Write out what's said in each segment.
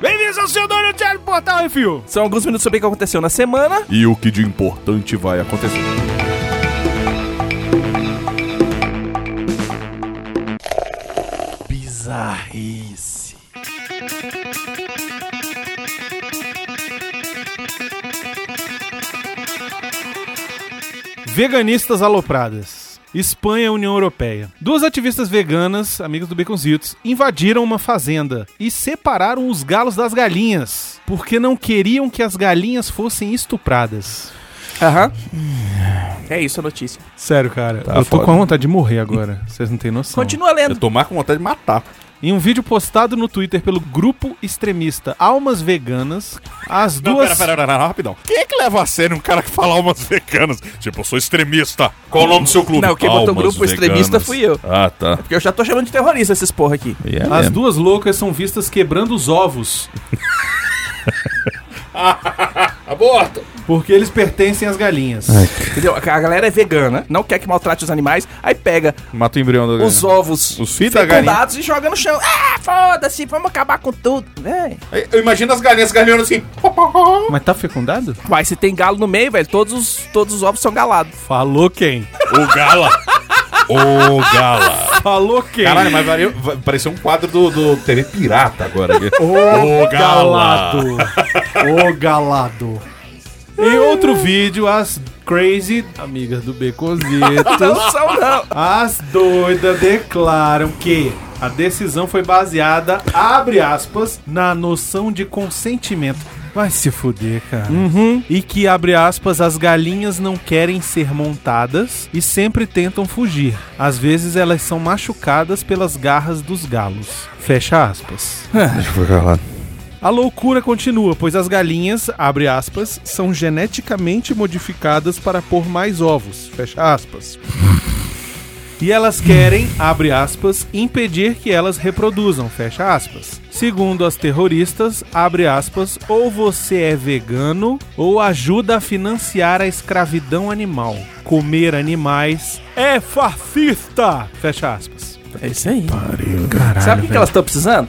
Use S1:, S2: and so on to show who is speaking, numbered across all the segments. S1: Bem-vindos ao seu dono Diário do Portal Refil.
S2: São alguns minutos sobre o que aconteceu na semana.
S3: E o que de importante vai acontecer?
S2: Bizarrice.
S1: Veganistas alopradas. Espanha, União Europeia. Duas ativistas veganas, amigas do Baconzitos, invadiram uma fazenda e separaram os galos das galinhas, porque não queriam que as galinhas fossem estupradas.
S2: Aham. É isso a notícia.
S1: Sério, cara, eu tô
S3: foda.
S1: com a vontade de morrer agora. Vocês não têm noção.
S2: Continua lendo.
S3: Eu tomar com vontade de matar.
S1: Em um vídeo postado no Twitter pelo grupo extremista Almas Veganas, as
S3: Não,
S1: duas.
S3: pera, pera, pera, pera, rapidão. Quem é que leva a sério um cara que fala almas veganas? Tipo, eu sou extremista. Qual o nome do seu clube?
S2: Não, quem botou
S3: Almas
S2: grupo extremista
S3: veganas.
S2: fui eu.
S3: Ah, tá. é
S2: Porque eu já tô chamando de terrorista esses porra aqui.
S1: As duas loucas são vistas quebrando os ovos,
S3: Aborto!
S1: porque eles pertencem às galinhas.
S2: Entendeu? A galera é vegana, não quer que maltrate os animais, aí pega
S3: Mata o embrião da
S2: os ovos
S3: É. Os filhos da galinha.
S2: fecundados e joga no chão. Ah, foda-se, vamos acabar com tudo. né? Véi.
S3: Aí, Eu imagino as galinhas galinhando assim.
S1: Mas tá fecundado?
S2: Mas se tem galo no meio, velho, todos os, todos os ovos são galados.
S1: Falou quem?
S3: O gala. O gala.
S1: Falou quem?
S3: Caralho, mas varia- va- pareceu um quadro do, do TV Pirata agora. O
S1: galado. Ô galado. Em outro vídeo, as crazy amigas do Becozitos.
S2: Não são, não.
S1: As doidas declaram que a decisão foi baseada, abre aspas, na noção de consentimento. Vai se fuder, cara. E que, abre aspas, as galinhas não querem ser montadas e sempre tentam fugir. Às vezes elas são machucadas pelas garras dos galos. Fecha aspas. A loucura continua, pois as galinhas, abre aspas, são geneticamente modificadas para pôr mais ovos. Fecha aspas. E elas querem, abre aspas, impedir que elas reproduzam, fecha aspas. Segundo as terroristas, abre aspas, ou você é vegano ou ajuda a financiar a escravidão animal. Comer animais é fascista, fecha aspas.
S2: É isso aí. Sabe o que elas estão precisando?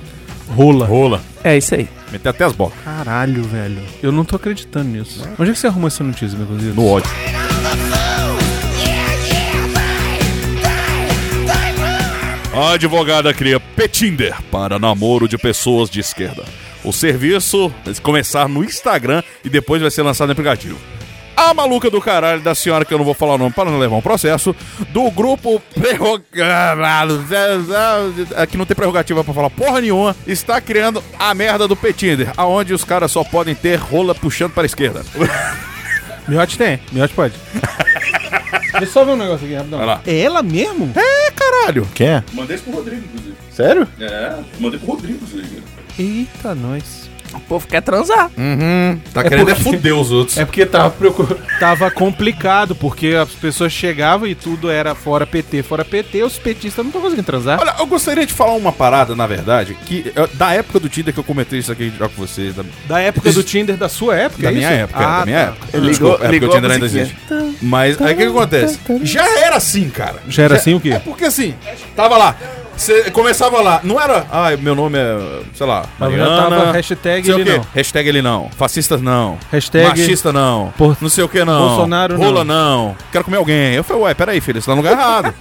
S1: Rola.
S3: Rola.
S2: É isso aí.
S3: Meteu até as bocas.
S1: Caralho, velho. Eu não tô acreditando nisso. Onde é que você arrumou essa notícia, meu cozido?
S3: No ódio. A advogada cria Petinder para namoro de pessoas de esquerda. O serviço vai começar no Instagram e depois vai ser lançado no aplicativo. A maluca do caralho da senhora, que eu não vou falar o nome para não levar um processo, do grupo prerrogado. Aqui não tem prerrogativa pra falar porra nenhuma, está criando a merda do Petinder, aonde os caras só podem ter rola puxando para a esquerda.
S1: Miote tem. Miote pode. Deixa eu só ver um negócio aqui rapidão.
S3: Vai lá.
S1: É ela mesmo?
S3: É, caralho.
S4: Quem é?
S3: Mandei isso pro Rodrigo, inclusive.
S4: Sério?
S3: É, mandei pro Rodrigo, inclusive.
S1: Eita, nós.
S2: O povo quer transar.
S3: Tá querendo é fuder os outros.
S1: É porque tava, preocup- tava complicado, porque as pessoas chegavam e tudo era fora PT, fora PT, os petistas não estão conseguindo transar.
S3: Olha, eu gostaria de falar uma parada, na verdade, que eu- da época do Tinder que eu comentei isso aqui já com vocês, da,
S1: Da época do Tinder da sua época,
S3: da
S1: é
S3: minha
S1: isso?
S3: época, é, da minha
S1: tá.
S3: época. Desculpa, é porque
S2: ligou
S3: o
S2: a
S3: Tinder ainda
S2: musiquinha.
S3: existe. Mas aí o que, que acontece? Já era assim, cara.
S1: Já era assim o quê?
S3: É porque assim, tava lá. Você começava lá, não era, ai, meu nome é, sei lá,
S1: Mas já tava hashtag
S3: sei o
S1: ele
S3: quê.
S1: não.
S3: Hashtag ele não. Fascistas não.
S1: Hashtag-
S3: Machista não.
S1: Por-
S3: Não sei o que não.
S1: Bolsonaro não.
S3: Rola não. Quero comer alguém. Eu falei, ué, peraí, filho, você tá no lugar errado.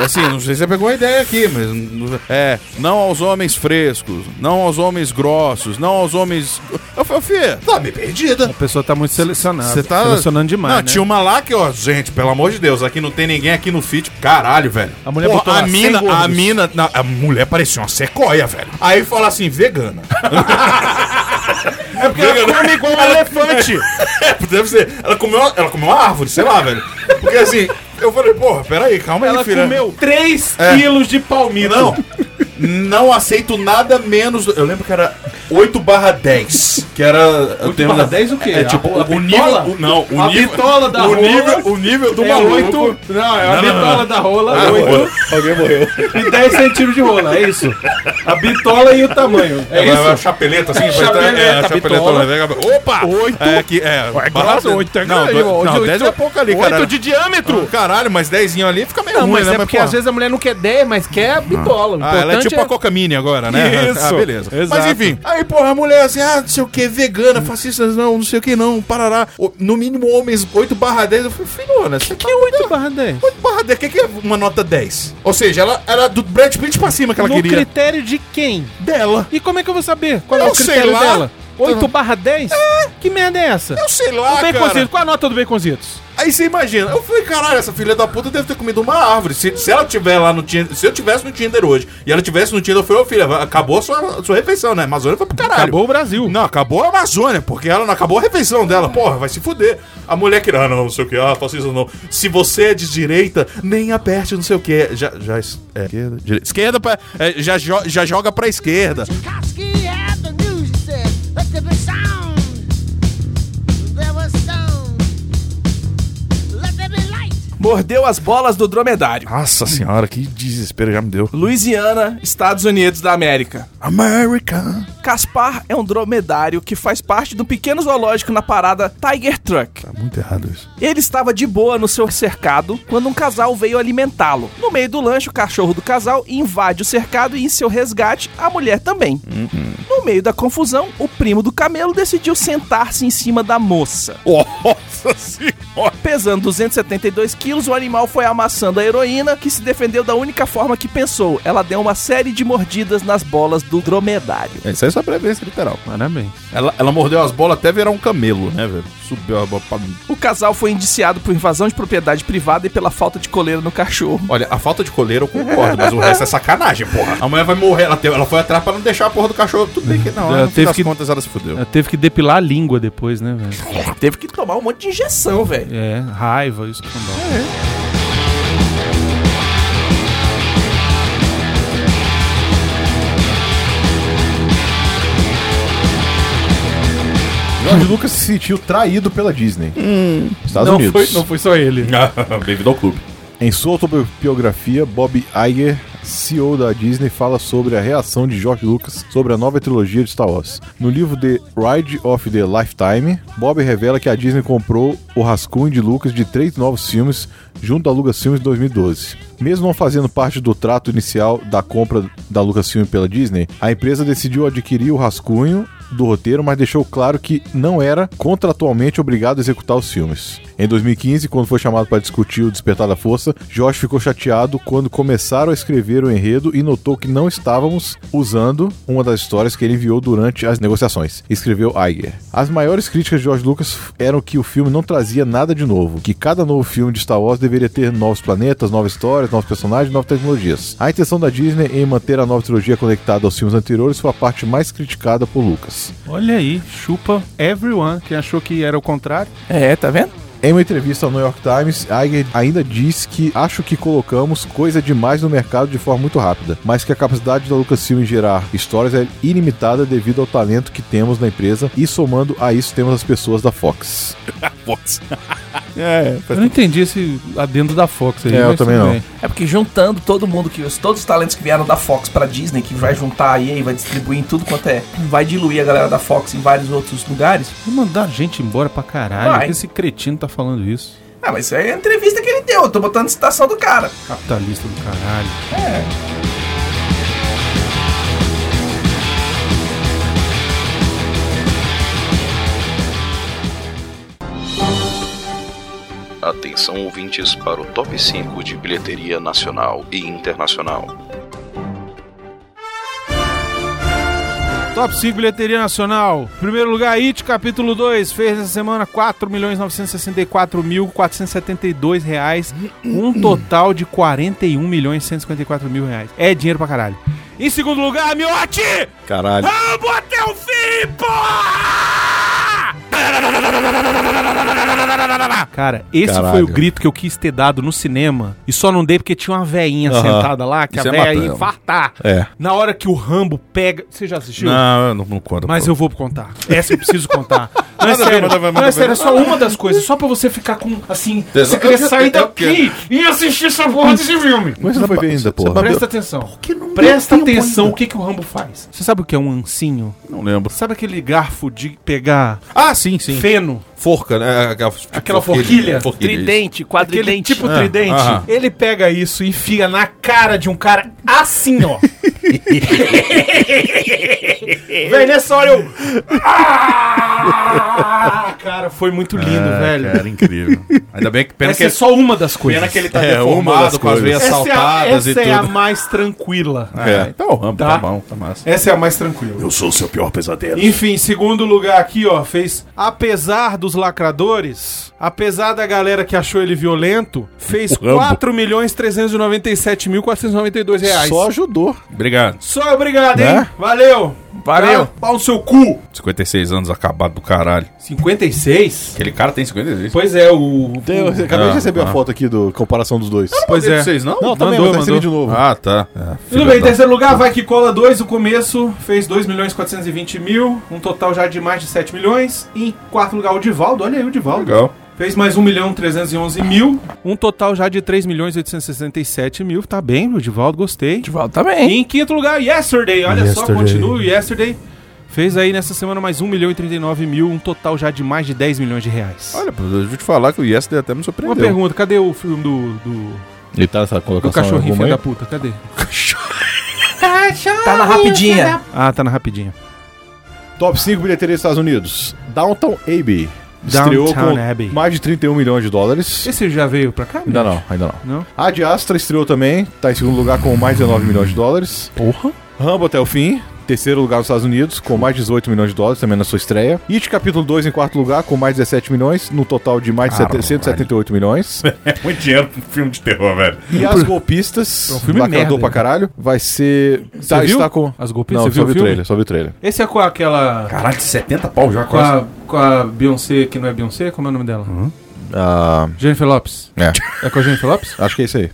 S3: assim, não sei se você pegou a ideia aqui, mas... É, não aos homens frescos, não aos homens grossos, não aos homens... Eu falei, filho, tá bem perdida.
S1: A pessoa tá muito selecionada.
S3: Você tá...
S1: Selecionando demais,
S3: Não,
S1: né?
S3: tinha uma lá que, ó, gente, pelo amor de Deus, aqui não tem ninguém aqui no fit. Caralho, velho.
S1: A mulher botou lá,
S3: a mina,
S1: sem gordos.
S3: a mina, na- a mulher parecia uma sequoia, velho. Aí fala assim, vegana. é porque ela come igual um elefante. é, deve ser. Ela comeu, ela comeu uma árvore, sei lá, velho. Porque assim, eu falei, porra, peraí, calma
S1: Ela
S3: aí, filha.
S1: comeu 3
S3: É.
S1: quilos de palmito.
S3: Não. Não aceito nada menos. do- Eu lembro que era 8 barra 10. Que era. eu tenho
S1: barra
S3: na-
S1: 10 o quê?
S3: É tipo,
S1: A- a
S3: o
S1: bitola?
S3: nível. o- não, o
S1: A
S3: nível.
S1: bitola da
S3: o
S1: rola
S3: nível, o nível do
S1: é
S3: maluco.
S1: oito- Não, é a
S5: Não, não,
S1: bitola
S5: não.
S1: da rola.
S3: Ah,
S1: oito
S3: morreu. Alguém morreu.
S1: e 10 centímetros de rola, é isso. A bitola e o tamanho. É
S3: É, a
S1: isso.
S3: chapeleta assim, vai entrar-
S1: Chapeleta,
S3: é, a chapeleta
S1: bitola.
S3: lá, vem, Opa!
S5: Oito.
S3: É, que, é,
S5: Vai,
S3: barra
S5: grossa, oito é
S3: Não,
S5: grande,
S3: dois-
S5: ó,
S3: não
S5: oito
S3: dez
S5: é
S3: é pouco ali,
S5: oito
S3: caralho. Ah.
S5: de diâmetro.
S3: Caralho, mas 10 ali fica meio
S6: Não,
S2: Um
S3: ruim,
S6: mas
S3: né?
S6: é porque
S3: pô.
S6: às vezes a mulher não quer 10, mas quer a bitola. O
S3: Ah, ela é
S6: importante
S3: tipo a Coca Mini agora, né?
S5: Isso.
S3: Ah, beleza. Mas
S5: Exato.
S3: enfim, aí, porra, a mulher assim, ah, não sei o que, vegana, fascista, não, não sei o que, não, parará. O- No mínimo, homens 8 barra 10. Eu falei, filhona, você que tá
S6: 8 é barra 10.
S3: 8 barra 10, o que, que é uma nota 10? Ou seja, ela era do Brad Pitt pra cima que ela
S6: no
S3: queria.
S6: critério de quem?
S3: Dela.
S6: E como é que eu vou saber qual é
S3: Eu
S6: o
S3: sei
S6: critério
S3: lá.
S6: dela? 8 barra 10? Que merda é essa?
S3: Eu sei lá,
S6: o
S3: cara.
S6: Baconzitos, qual a nota do Baconzitos?
S3: Aí você imagina, eu falei, caralho, essa filha da puta deve ter comido uma árvore. Se, se ela tiver lá no Tinder, se eu tivesse no Tinder hoje e ela tivesse no Tinder, eu falei, ô filha, acabou a sua, a sua refeição, né? A Amazônia foi pro caralho.
S6: Acabou o Brasil.
S3: Não, acabou a Amazônia, porque ela não acabou a refeição dela. Porra, vai se fuder. A mulher que. Ah, não, não sei o que. Ah, faça isso não. Se você é de direita, nem aperte não sei o que. Já. já es- é, esquerda. direita. Esquerda pra, é, já, jo- já joga pra esquerda.
S7: Tchaikovsky had the music said, let there be sound. There was sound. Let there be light.
S2: Mordeu as bolas do dromedário.
S3: Nossa senhora, que desespero já me deu.
S2: Louisiana, Estados Unidos da América.
S3: America.
S2: Caspar é um dromedário que faz parte de um pequeno zoológico na parada Tiger Truck.
S3: Tá muito errado isso.
S2: Ele estava de boa no seu cercado quando um casal veio alimentá-lo. No meio do lanche, o cachorro do casal invade o cercado e, em seu resgate, a mulher também. No meio da confusão, o primo do camelo decidiu sentar-se em cima da moça.
S5: Nossa senhora.
S2: Pesando 272 quilos, o animal foi amassando a heroína, que se defendeu da única forma que pensou. Ela deu uma série de mordidas nas bolas do dromedário.
S3: Isso aí é sobrevivência, literal.
S6: Parabéns.
S3: Ela, ela mordeu as bolas até virar um camelo, né, velho? Subiu a bola pra mim.
S2: O casal foi indiciado por invasão de propriedade privada e pela falta de coleira no cachorro.
S3: Olha, a falta de coleira eu concordo, mas o resto é sacanagem, porra. A mulher vai morrer, ela, teve- ela foi atrás pra não deixar a porra do cachorro. Tudo bem que não, né?
S1: Ela
S3: ela
S1: teve que-
S3: contas ela se fudeu.
S1: Ela teve que depilar a língua depois, né, velho?
S2: Teve que tomar um monte de injeção, velho.
S1: É, um raiva, isso que não dá.
S6: Jorge Lucas se sentiu traído pela Disney. Estados Unidos.
S1: foi só ele.
S3: Bem-vindo ao clube.
S6: Em sua autobiografia, Bob Iger, CEO da Disney, fala sobre a reação de George Lucas sobre a nova trilogia de Star Wars. No livro The Ride of the Lifetime, Bob revela que a Disney comprou o rascunho de Lucas de três novos filmes junto à Lucasfilm em 2012. Mesmo não fazendo parte do trato inicial da compra da Lucasfilm pela Disney, a empresa decidiu adquirir o rascunho do roteiro, mas deixou claro que não era contratualmente obrigado a executar os filmes. Em 2015, quando foi chamado para discutir o Despertar da Força, Josh ficou chateado quando começaram a escrever o enredo e notou que não estávamos usando uma das histórias que ele enviou durante as negociações, escreveu Iger. As maiores críticas de George Lucas eram que o filme não trazia nada de novo, que cada novo filme de Star Wars deveria ter novos planetas, novas histórias, novos personagens, novas tecnologias. A intenção da Disney em manter a nova trilogia conectada aos filmes anteriores foi a parte mais criticada por Lucas.
S1: Olha aí, chupa everyone que achou que era o contrário.
S2: É, tá vendo?
S6: Em uma entrevista ao New York Times, Iger ainda diz que acho que colocamos coisa demais no mercado de forma muito rápida, mas que a capacidade da Lucasfilm em gerar histórias é ilimitada devido ao talento que temos na empresa e somando a isso temos as pessoas da Fox.
S5: Fox.
S1: Eu não entendi esse adendo da Fox aí.
S6: É, eu
S1: mas
S6: também
S1: tudo
S6: não.
S1: bem.
S2: É porque juntando todo mundo, que os- todos os talentos que vieram da Fox pra Disney, que vai juntar aí e vai distribuir em tudo quanto é, vai diluir a galera da Fox em vários outros lugares.
S1: Vou mandar a gente embora pra caralho.
S2: Vai.
S1: que Esse cretino tá falando isso.
S2: Ah, mas isso aí é a entrevista que ele deu, eu tô botando citação do cara.
S1: Capitalista Tá do caralho.
S8: Atenção ouvintes para o top 5 de bilheteria nacional e internacional.
S1: Top 5 bilheteria nacional. Primeiro lugar, It, capítulo 2, fez essa semana 4.964.472 reais, um total de 41.154 mil reais. É dinheiro pra caralho. Em segundo lugar, Miote!
S3: Caralho.
S1: Vamos até o fim, porra! Cara, esse
S6: Caralho.
S1: foi o grito que eu quis ter dado no cinema e só não dei porque tinha uma veinha
S3: Aham.
S1: sentada lá que
S3: Isso
S1: a
S3: é
S1: véia ia
S3: matando.
S1: infartar.
S3: É.
S1: Na hora que o Rambo pega. Você já assistiu?
S3: Não, eu não, não conto.
S1: Mas eu vou contar. Essa eu preciso contar. Não é
S3: Manda ver,
S1: sério,
S3: manda ver,
S1: não é
S3: manda ver.
S1: sério, é só uma das coisas. Só pra você ficar com, assim, você
S3: Eu
S1: querer
S3: já- é
S1: sair
S3: eu
S1: daqui e assistir essa porra desse filme.
S6: Mas você não foi ver ainda, porra.
S1: Presta atenção. Presta atenção o que, que o Rambo faz. Você sabe o que é um ancinho?
S3: não lembro.
S1: Sabe aquele garfo de pegar
S3: Ah, sim, sim.
S1: feno?
S3: Forca, né? Aquela, tipo,
S1: Aquela forquilha?
S3: isso.
S2: Tridente,
S1: Aquele
S2: quadridente.
S1: tipo tridente.
S3: Ah, aham.
S1: Ele pega isso e enfia na cara de um cara assim, ó. velho, nessa hora eu... Ah, cara, foi muito lindo, velho.
S3: Cara, incrível. Ainda bem que pena
S1: Essa
S3: que
S1: é só uma das coisas.
S3: Pena que ele tá
S4: É, uma das
S3: deformado com as
S4: coisas.
S3: veias
S1: Essa é a,
S3: saltadas
S1: essa
S3: e
S1: é a
S3: tudo.
S1: mais tranquila.
S3: É, então, Rambo,
S1: Tá.
S3: tá. bom, tá massa.
S1: Essa é a mais tranquila.
S3: Eu sou o seu pior pesadelo.
S1: Enfim, segundo lugar aqui, ó, fez apesar dos lacradores, apesar da galera que achou ele violento, fez
S3: O Rambo.
S1: 4.397.492 reais.
S6: Só ajudou.
S3: Obrigado.
S1: Só obrigado, hein?
S6: Né?
S1: Valeu.
S2: Valeu.
S1: Tá? Pau no seu cu.
S3: 56 anos acabado do caralho.
S1: 56?
S3: Aquele cara tem 56.
S1: Pois é, o
S6: Tem, eu acabei
S3: Ah,
S6: de receber
S3: ah.
S6: a foto aqui do comparação dos dois.
S1: Pois é.
S3: Vocês não? tá
S6: Não, também,
S1: mandou,
S6: mas eu recebi de
S1: mandou.
S6: novo.
S3: Ah, tá.
S1: Tudo bem, em terceiro lugar, vai que cola 2, o começo fez 2 milhões 420 mil, um total já de mais de 7 milhões. E em quarto lugar, o Divaldo, olha aí o Divaldo.
S3: Legal.
S1: Fez mais 1 milhão 311 mil, um total já de 3 milhões 867 mil, tá bem, o Divaldo, gostei.
S2: Volta
S1: E
S2: também.
S1: em quinto lugar, Yesterday, olha só,
S4: Yesterday.
S1: continua o Yesterday. Fez aí nessa semana mais 1 milhão e 39 mil, um total já de mais de 10 milhões de reais.
S3: Olha, eu vou te falar que o Yes até me
S1: Uma
S3: surpreendeu.
S1: pergunta, cadê o filme do, do,
S6: Ele tá nessa
S1: do
S6: colocação.
S1: cachorrinho
S6: alguma
S1: filho
S6: aí?
S1: da puta? Cadê?
S2: Tá na rapidinha.
S1: Ah, tá na rapidinha.
S6: Top 5 bilheteria dos Estados Unidos. Downton Abbey. Estreou
S1: Downton
S6: com
S1: Abbey.
S6: mais de 31 milhões de dólares.
S1: Esse já veio pra cá?
S6: Ainda não, ainda não.
S1: Não?
S6: A de Astra estreou também, tá em segundo lugar com mais de 19 milhões de dólares.
S1: Porra.
S6: Rambo até o fim, terceiro lugar nos Estados Unidos, com mais de 18 milhões de dólares também na sua estreia. It capítulo 2 em quarto lugar, com mais de 17 milhões, no total de mais de
S3: Caralho.
S6: 778 milhões.
S3: É muito dinheiro pra um filme de terror, velho.
S6: E As Golpistas,
S1: É um filme merda,
S6: lacrador pra
S1: né?
S6: caralho, vai ser... Tá,
S1: viu?
S6: está com...
S1: As Golpistas,
S6: Não,
S1: você
S6: só
S1: viu
S6: vi
S1: o
S6: o
S1: filme?
S6: trailer, só vi o trailer.
S1: Esse é com aquela.
S3: Caralho, de 70 pau já
S1: Com a, com a Beyoncé, que não é Beyoncé? Como é o nome dela?
S3: Uhum.
S6: Ah,
S1: Jennifer Lopes.
S6: é,
S1: É com a Jennifer Lopes?
S6: acho que é isso aí.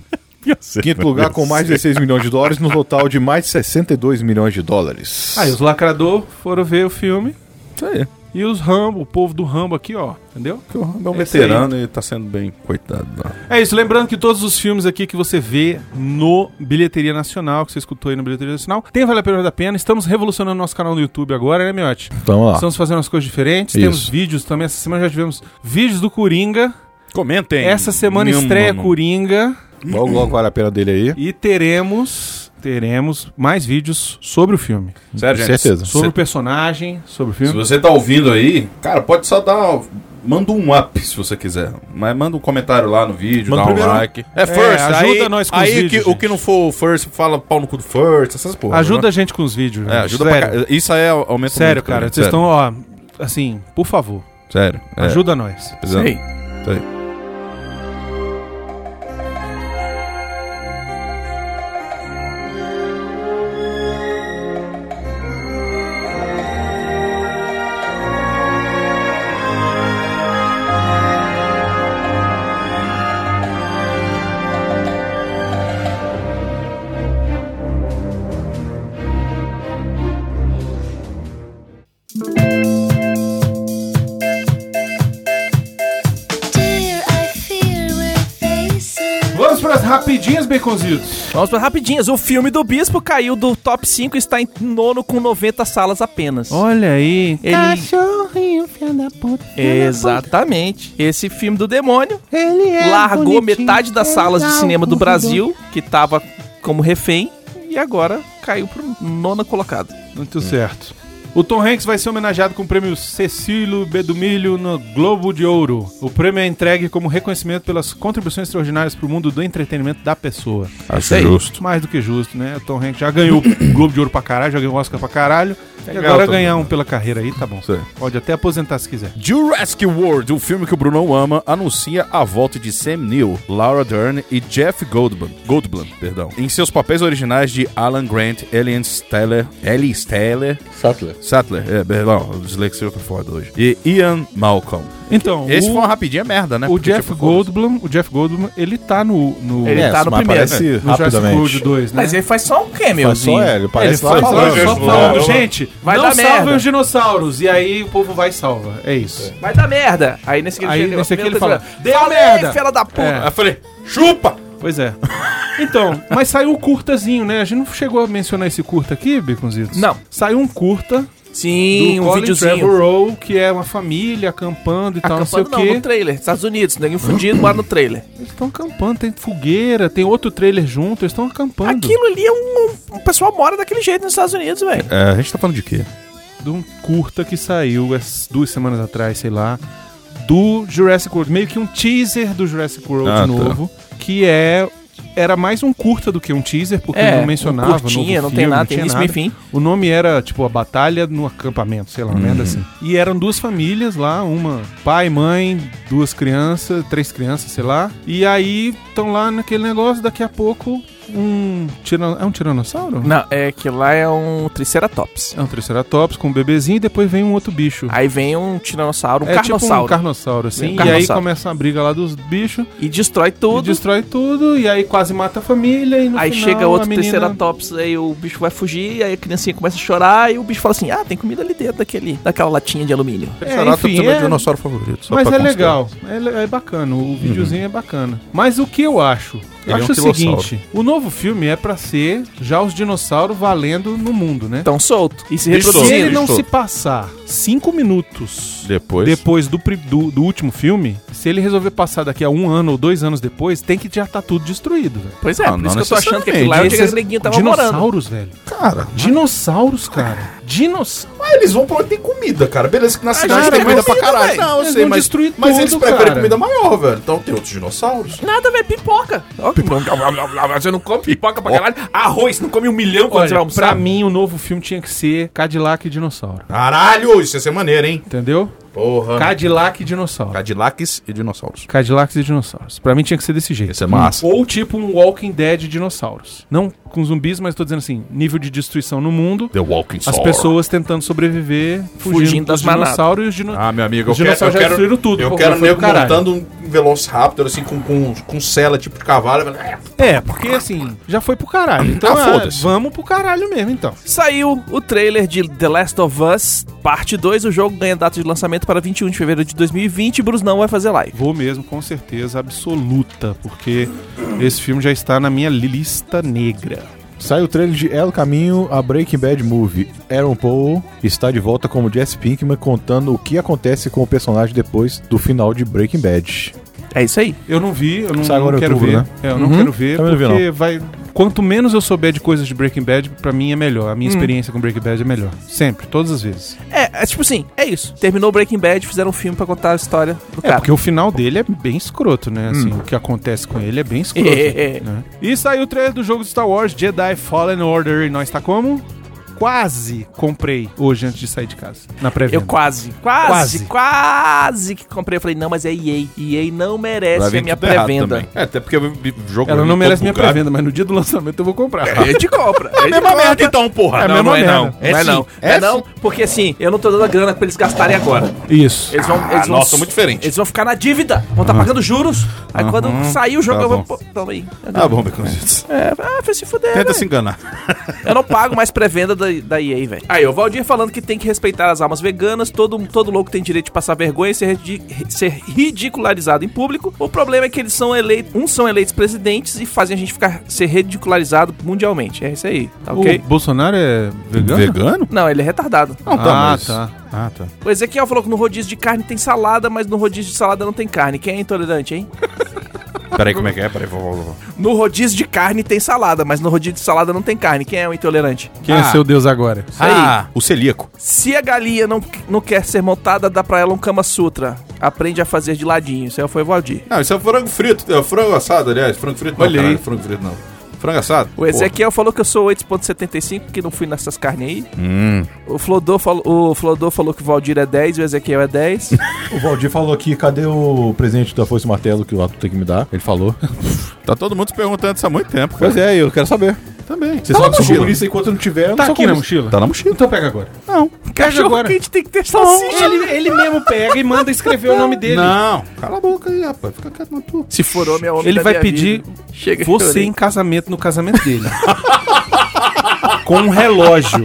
S6: Quinto lugar com mais de 16 milhões de dólares, no total de mais de 62 milhões de dólares.
S1: Aí os lacrador foram ver o filme.
S3: Isso aí.
S1: E os Rambo, o povo do Rambo aqui, ó. Entendeu?
S3: Porque o Rambo é um
S1: É isso
S3: veterano e tá sendo bem coitado.
S1: É isso. Lembrando que todos os filmes aqui que você vê no Bilheteria Nacional, que você escutou aí no Bilheteria Nacional, tem Vale a Pena da Pena. Estamos revolucionando nosso canal no YouTube agora, né, Miotti?
S6: Então, ó.
S1: Estamos fazendo as coisas diferentes.
S6: Isso.
S1: Temos vídeos também. Essa semana já tivemos vídeos do Coringa.
S3: Comentem.
S1: Essa semana
S3: Nham,
S1: estreia
S3: nham, nham.
S1: Coringa.
S6: Logo, logo vale a pena dele aí.
S1: E teremos, teremos mais vídeos sobre o filme.
S3: Sério, gente.
S6: Certeza.
S3: se-
S1: Sobre o personagem, sobre o
S3: Se
S1: filme.
S3: você tá ouvindo aí, cara, pode só dar. uma- Manda um up se você quiser. Mas manda um comentário lá no vídeo,
S1: Manda
S3: dá um
S1: primeiro-
S3: like. É, first,
S1: ajuda
S3: aí,
S1: nós com
S3: aí
S1: os vídeos,
S3: que- o
S1: gente.
S3: que não for first, fala pau no cu do first, essas porra.
S1: Ajuda a gente com os vídeos.
S3: É,
S1: gente.
S3: ajuda
S1: sério.
S3: pra ca- Isso aí é aumenta
S1: Sério,
S3: muito,
S1: cara.
S3: gente,
S1: Vocês estão,
S3: sério.
S1: ó, assim, por favor,
S3: Sério. é,
S1: ajuda nós.
S3: precisando.
S2: Sei.
S3: Sei.
S9: Dear, I fear we're facing.
S1: Vamos para as rapidinhas, baconzitos.
S2: Vamos pra rapidinhas. O filme do Bispo caiu do top 5 e está em nono com 90 salas apenas.
S1: Olha aí.
S2: Ele-
S1: Cachorrinho, filha da puta.
S2: Exatamente. Esse filme do demônio
S1: Ele é
S2: largou metade das salas
S1: um
S2: de cinema do Brasil, que tava como refém, e agora caiu pro nona colocado.
S1: Muito certo. O Tom Hanks vai ser homenageado com o prêmio Cecílio Bedumilho no Globo de Ouro. O prêmio é entregue como reconhecimento pelas contribuições extraordinárias para o mundo do entretenimento da pessoa.
S3: Acho
S2: aí.
S3: justo.
S1: Mais do que justo, né? O Tom Hanks já ganhou o Globo de Ouro pra caralho, já ganhou o Oscar pra caralho. E agora
S4: outro.
S1: ganhar um pela carreira aí, tá bom.
S6: Sei.
S1: Pode até aposentar se quiser.
S3: Jurassic World, o filme que o Bruno ama, anuncia a volta de Sam Neill, Laura Dern e Jeff Goldblum, Goldblum perdão, em seus papéis originais de Alan Grant, Ellen Steller, Ellie Steller,
S6: Sattler.
S3: Sattler, é, perdão, o dislexia foi foda hoje, e Ian Malcolm.
S1: Então,
S3: Esse
S1: o,
S3: foi uma rapidinha merda, né?
S1: o
S3: Porque,
S1: Jeff
S3: tipo, foda-se.
S1: Goldblum, o Jeff Goldblum, ele tá no, no,
S2: Ele
S1: no
S6: É,
S2: tá no
S6: mas
S2: primeiro.
S6: aparece
S1: Jurassic World
S6: rapidamente.
S1: 2, né?
S2: Mas ele faz só um
S6: Mas
S2: cameozinho.
S6: só é, ele
S1: Ele
S6: parece
S1: fala,
S6: lá
S1: tá falando, É.
S6: atrás.
S1: só
S4: Não,
S1: falando,
S4: não.
S1: gente,
S2: Vai
S1: não
S2: dar
S1: salvem
S2: merda.
S1: os dinossauros. E aí o povo vai e salva. É isso.
S2: Vai dar merda. Aí nesse que
S1: Aí
S2: chega,
S1: nesse
S2: ó,
S1: aqui ele fala,
S2: primeira coisa,
S1: "Deu
S2: "Fala aí,
S1: merda."
S2: fela da puta.
S1: É.
S4: Aí eu falei, chupa!
S1: Pois é. Então, mas saiu o curtazinho, né? A gente não chegou a mencionar esse curta aqui, Beconzitos?
S2: Não.
S1: Saiu um curta
S2: Sim,
S1: do
S2: um
S1: Colin
S2: videozinho.
S1: Trevorrow, que é uma família acampando e tal, não sei o
S2: Acampando Tá Então, não, é um
S1: quê.
S2: no trailer. Estados Unidos, neguinho fudido lá no trailer.
S1: Eles estão acampando, tem fogueira, tem outro trailer junto, eles estão acampando.
S2: Aquilo ali é um, um- O pessoal mora daquele jeito nos Estados Unidos, velho.
S3: É, a gente tá falando de quê?
S1: de um curta que saiu as duas semanas atrás, sei lá, do Jurassic World, meio que um teaser do Jurassic World
S3: Ah, tá.
S1: novo, que é era mais um curta do que um teaser, porque
S2: É,
S1: não mencionava
S2: um curtinha,
S1: novo
S2: não tem
S1: filme,
S2: nada,
S1: não
S2: tem
S1: tinha
S2: início,
S1: nada.
S2: meio e fim.
S1: O nome era tipo a batalha no acampamento, sei lá, uma
S3: Uhum.
S1: merda assim. E eram duas famílias lá, uma pai, mãe, duas crianças, três crianças, sei lá. E aí estão lá naquele negócio, daqui a pouco um tirano, é um tiranossauro?
S2: Não, é que lá é um Triceratops.
S1: É um Triceratops com um bebezinho e depois vem um outro bicho.
S2: Aí vem um tiranossauro, um
S1: é tipo um
S2: carnossauro.
S1: carnossauro, assim.
S2: É um
S1: e aí
S2: carnossauro.
S1: começa uma briga lá dos bichos,
S2: E destrói
S1: e
S2: tudo.
S1: destrói tudo, e aí quase mata a família, e no
S2: Aí
S1: final
S2: chega
S1: a
S2: outro
S1: menina...
S2: Triceratops, aí o bicho vai fugir, aí a criancinha começa a chorar, e o bicho fala assim: ah, tem comida ali dentro daquele, daquela latinha de alumínio.
S1: É, enfim,
S4: meu
S1: é-
S4: dinossauro favorito. só
S1: Mas
S4: pra
S1: é
S4: constar.
S1: legal, é, le- é bacana, o videozinho é bacana. Mas o que eu acho?
S4: Uhum.
S1: Eu
S4: Ele é
S1: acho
S4: um
S1: o seguinte, o novo filme é pra ser já os dinossauros valendo no mundo,
S4: Tá
S1: né?
S2: Então solto. E se
S4: Bicho
S1: Se
S2: reproduzindo.
S1: ele não
S4: Estou.
S1: se passar cinco minutos
S4: Depois.
S1: depois do, pri- do, do último filme, se ele resolver passar daqui a um ano ou dois anos depois, tem que já estar tudo destruído, velho.
S2: Pois é,
S3: Ah,
S2: por
S3: não
S2: isso que eu tô achando que aquilo lá é onde
S1: Esses
S2: aquele neguinho tava morando.
S1: dinossauros, velho. Cara. Dinossauros, cara. Dinossauros.
S4: Mas eles vão pra onde tem comida, cara. Beleza, que na cidade
S1: gente
S4: tem
S1: tem
S4: comida pra
S1: comida,
S4: caralho.
S1: velho.
S4: Não, eu
S1: Eles
S4: sei,
S1: vão
S4: mas.
S1: destruir
S4: mas
S1: tudo,
S4: eles preferem
S1: cara.
S4: comida maior, velho. Então tem outros dinossauros.
S2: Nada, velho, pipoca. Ó, Você não come pipoca pra caralho? Arroz, não come um milhão quando você vai almoçar?
S1: pra mim, o novo filme tinha que ser Cadillac e Dinossauro.
S4: Caralho, isso ia ser maneiro, hein?
S1: Entendeu?
S4: Porra.
S1: Cadillac e
S6: Tá.
S1: Dinossauro.
S4: Cadillacs e dinossauros.
S1: Cadillacs e dinossauros. Pra mim tinha que ser desse jeito.
S4: Isso é massa.
S1: Ou tipo um Walking Dead de dinossauros. Não com zumbis, mas tô dizendo assim, nível de destruição no mundo,
S3: The Walking
S1: as
S3: Saw.
S1: pessoas tentando sobreviver, fugindo,
S2: Fugindo
S1: dos
S2: das manadas.
S1: dinossauros e os dinossauros.
S3: Ah, meu amigo, eu
S1: Os
S3: quero...
S1: dinossauros já destruíram tudo.
S4: Eu
S1: pô,
S4: quero
S1: já foi
S4: nego
S1: pro caralho.
S4: montando um Velociraptor, assim, com, com, com cela tipo de cavalo.
S1: É, porque assim, já foi pro caralho. Então,
S4: Ah,
S1: ah,
S4: foda-se.
S1: vamos pro caralho mesmo, então.
S2: Saiu o trailer de The Last of Us, parte 2. O jogo ganha data de lançamento para 21 de fevereiro de 2020 e Bruce não vai fazer live.
S1: Vou mesmo, com certeza absoluta, porque esse filme já está na minha li- lista negra.
S6: Sai o trailer de El Caminho, a Breaking Bad Movie. Aaron Paul está de volta como Jesse Pinkman contando o que acontece com o personagem depois do final de Breaking Bad.
S2: É isso aí.
S1: Eu não vi, eu não,
S6: Sai agora
S1: não quero
S6: outubro,
S1: ver.
S6: né?
S1: É, eu não
S6: Uhum.
S1: quero ver,
S6: Também não vi,
S1: porque vai. Quanto menos eu souber de coisas de Breaking Bad, pra mim é melhor.
S6: Hum.
S1: A minha experiência com Breaking Bad é melhor. Sempre, todas as vezes.
S2: É, é tipo assim, é isso. Terminou Breaking Bad, fizeram um filme pra contar a história do
S1: É,
S6: tá.
S2: cara.
S1: porque o final dele é bem escroto, né? Assim,
S6: Hum.
S1: O que acontece com ele é bem escroto.
S2: É.
S1: né? E saiu o trailer do jogo de Star Wars Jedi Fallen Order e nós tá como? Quase comprei hoje antes de sair de casa, na pré-venda.
S2: Eu quase, quase, quase, que comprei. Eu falei, não, mas é EA. EA não
S3: Vai
S2: merece
S3: vir
S2: a é minha
S3: tudo errado
S2: pré-venda.
S3: também.
S4: É, até porque o jogo.
S1: Ela não merece minha
S4: pré
S1: pré-venda, mas no dia do lançamento eu vou comprar.
S2: A gente compra. É
S4: É uma merda, então, porra.
S1: É
S2: Não,
S1: mesma
S2: não é
S1: merda.
S2: não.
S4: É
S2: não é
S4: sim.
S2: não.
S4: É
S2: É não, porque assim, eu não tô dando a grana pra eles gastarem agora.
S1: Isso.
S2: Eles
S3: Ah,
S2: vão, eles vão,
S4: nossa, muito diferente.
S2: Eles vão ficar na dívida, vão estar pagando juros. Aí quando sair o jogo,
S3: Uhum. tá
S2: eu vou.
S3: bom.
S2: Pô, toma aí.
S3: Tá bom, Beconzitos.
S2: É, ah, foi se fuder.
S3: Tenta
S2: velho.
S3: se enganar.
S2: Eu não pago mais pré-venda da, da EA, velho. Aí, o Valdir falando que tem que respeitar as almas veganas, todo, todo louco tem direito de passar vergonha e ser, ridi- ser ridicularizado em público. O problema é que eles são eleitos, uns são eleitos presidentes e fazem a gente ficar ser ridicularizado mundialmente. É isso aí, tá
S3: Uh.
S2: ok?
S1: O Bolsonaro é vegano?
S3: Vegano?
S2: Não, ele é retardado.
S1: Não,
S3: tá,
S1: ah,
S3: mas-
S1: tá.
S3: Ah, tá.
S2: O Ezequiel falou que no rodízio de carne tem salada, mas no rodízio de salada não tem carne. Quem é intolerante, hein?
S3: Peraí, como é que é? Peraí, vou, vou,
S4: Ah.
S3: vou.
S2: No rodízio de carne tem salada, mas no rodízio de salada não tem carne. Quem é o intolerante?
S1: Quem é
S3: Ah.
S1: seu Deus agora?
S3: Ah, o celíaco.
S2: Se a galinha não, não quer ser montada, dá pra ela um Kama Sutra. Aprende a fazer de ladinho. Isso aí foi o Valdir.
S4: Não, isso é frango frito. É frango assado, aliás. Frango frito não,
S1: Olha aí.
S4: caralho, frango frito não. Frango assado.
S2: O Ezequiel falou que eu sou 8.75, que não fui nessas carnes aí.
S3: Hum.
S2: O Flodô falou, o Flodô falou que o Valdir é 10 e o Ezequiel é 10.
S6: O Valdir falou aqui, cadê o presente da Foice e Martelo que o Arthur tem que me dar? Ele falou.
S3: Tá todo mundo se perguntando isso há muito tempo, cara.
S6: Pois é, eu quero saber.
S4: Também.
S6: Vocês falam que sou comunista enquanto eu não tiver, eu não
S1: Tá
S6: sou
S1: aqui na
S6: comunista.
S1: mochila?
S6: Tá na mochila. Então pega agora.
S3: Não.
S2: Cachorro
S1: agora. um
S2: quente tem que ter salsicha.
S1: Ele, ele mesmo pega e manda escrever o nome dele.
S4: Não, cala a boca aí, rapaz. Fica quieto na tua.
S2: Se for homem, é homem
S1: Ele
S2: da
S1: vai
S2: minha
S1: pedir
S2: vida. é Chega
S1: você em
S2: chorei.
S1: casamento no casamento dele. Com um relógio.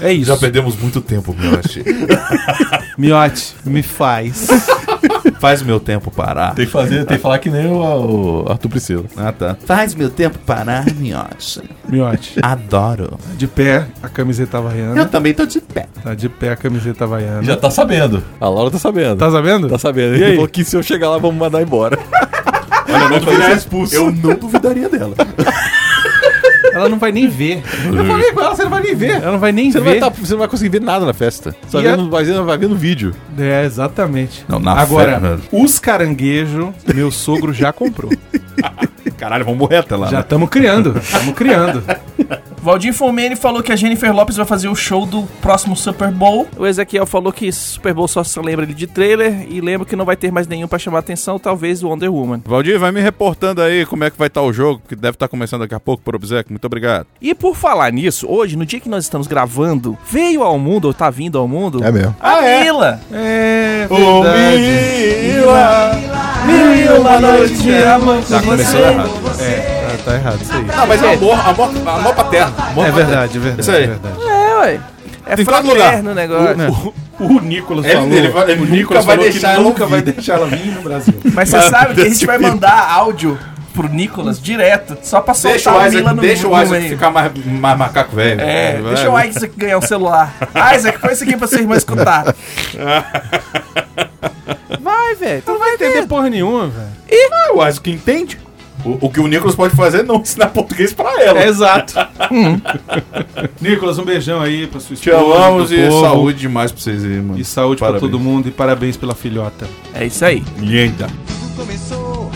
S1: É isso.
S4: Já perdemos muito tempo, Miote.
S1: Miote, me faz.
S4: Faz meu tempo parar.
S6: Tem que fazer, tem que falar que nem o, o Arthur Priscila.
S4: Ah, tá. Faz meu tempo parar, Miote.
S1: Miote.
S4: Adoro.
S1: De pé, a camiseta havaiana.
S4: também tô de pé.
S1: Tá de pé a camiseta havaiana.
S6: Já tá sabendo. A Laura tá sabendo.
S1: Tá sabendo?
S6: Tá sabendo. Ele falou que se eu chegar lá, vamos mandar embora.
S4: Olha, eu não duvidaria expulso. Eu não duvidaria dela.
S1: Ela não vai nem ver.
S6: Eu falei com ela, você não vai nem ver.
S1: Ela não vai nem
S6: Você não vai,
S1: ver.
S6: tá- você não vai conseguir ver nada na festa. Você vai
S1: E
S6: ver
S1: a-
S6: no- vai ver- vai ver no vídeo.
S1: É, exatamente.
S3: Não, na
S1: Agora,
S3: fé,
S1: os caranguejos, meu sogro já comprou.
S3: Caralho, vamos morrer até lá.
S1: Já
S3: né?
S1: estamos criando. Estamos criando.
S2: Valdir Fomeni falou que a Jennifer Lopes vai fazer o show do próximo Super Bowl. O Ezequiel falou que Super Bowl só se lembra ele de trailer e lembra que não vai ter mais nenhum pra chamar atenção, talvez o Wonder Woman.
S3: Valdir, vai me reportando aí como é que vai estar o jogo, que deve estar começando daqui a pouco por obséquio. Muito obrigado.
S2: E por falar nisso, hoje, no dia que nós estamos gravando, veio ao mundo, ou tá vindo ao mundo,
S6: É mesmo.
S2: a Mila.
S1: É
S4: Ô,
S1: verdade.
S4: Mila!
S1: Mil e uma noite de amor
S4: Já
S1: com
S4: começou
S1: você.
S4: errado.
S1: É, tá, tá errado isso aí.
S4: Ah, mas é amor, amor, amor paterno. Amor
S1: É
S4: paterno.
S1: verdade, é verdade.
S4: Isso aí.
S1: É verdade.
S2: É, ué. É
S4: Tem todo Né?
S2: fraterno o negócio.
S1: O Nicolas
S4: Ele- ele vai- ele nunca vai deixar ela
S1: nunca
S4: ouvir.
S1: vai deixar ela vir no Brasil.
S2: Mas
S4: É.
S2: você sabe que a gente vai mandar áudio pro Nicolas direto, só pra soltar
S4: Deixa o
S2: a
S4: Isaac,
S2: Mila no
S4: deixa
S2: no
S4: o Isaac
S2: meio.
S4: ficar mais, mais macaco velho.
S2: É, deixa o Isaac ganhar um celular. Isaac, põe isso aqui pra sua irmã escutar. Vai, velho. então Tu não vai
S1: Não
S2: entender.
S1: tem porra nenhuma, velho.
S4: Ah, o Isaac entende. O, o que o Nicolas pode fazer é não ensinar português pra
S3: É,
S4: ela.
S1: exato. Nicolas, um beijão aí pra sua
S4: Te
S1: esposa.
S4: amamos
S1: pro
S4: e
S1: povo.
S4: saúde demais pra vocês aí, mano.
S1: E saúde pra
S4: Parabéns.
S1: todo mundo e parabéns pela filhota.
S2: É isso aí.
S4: Linda.
S10: Tudo começou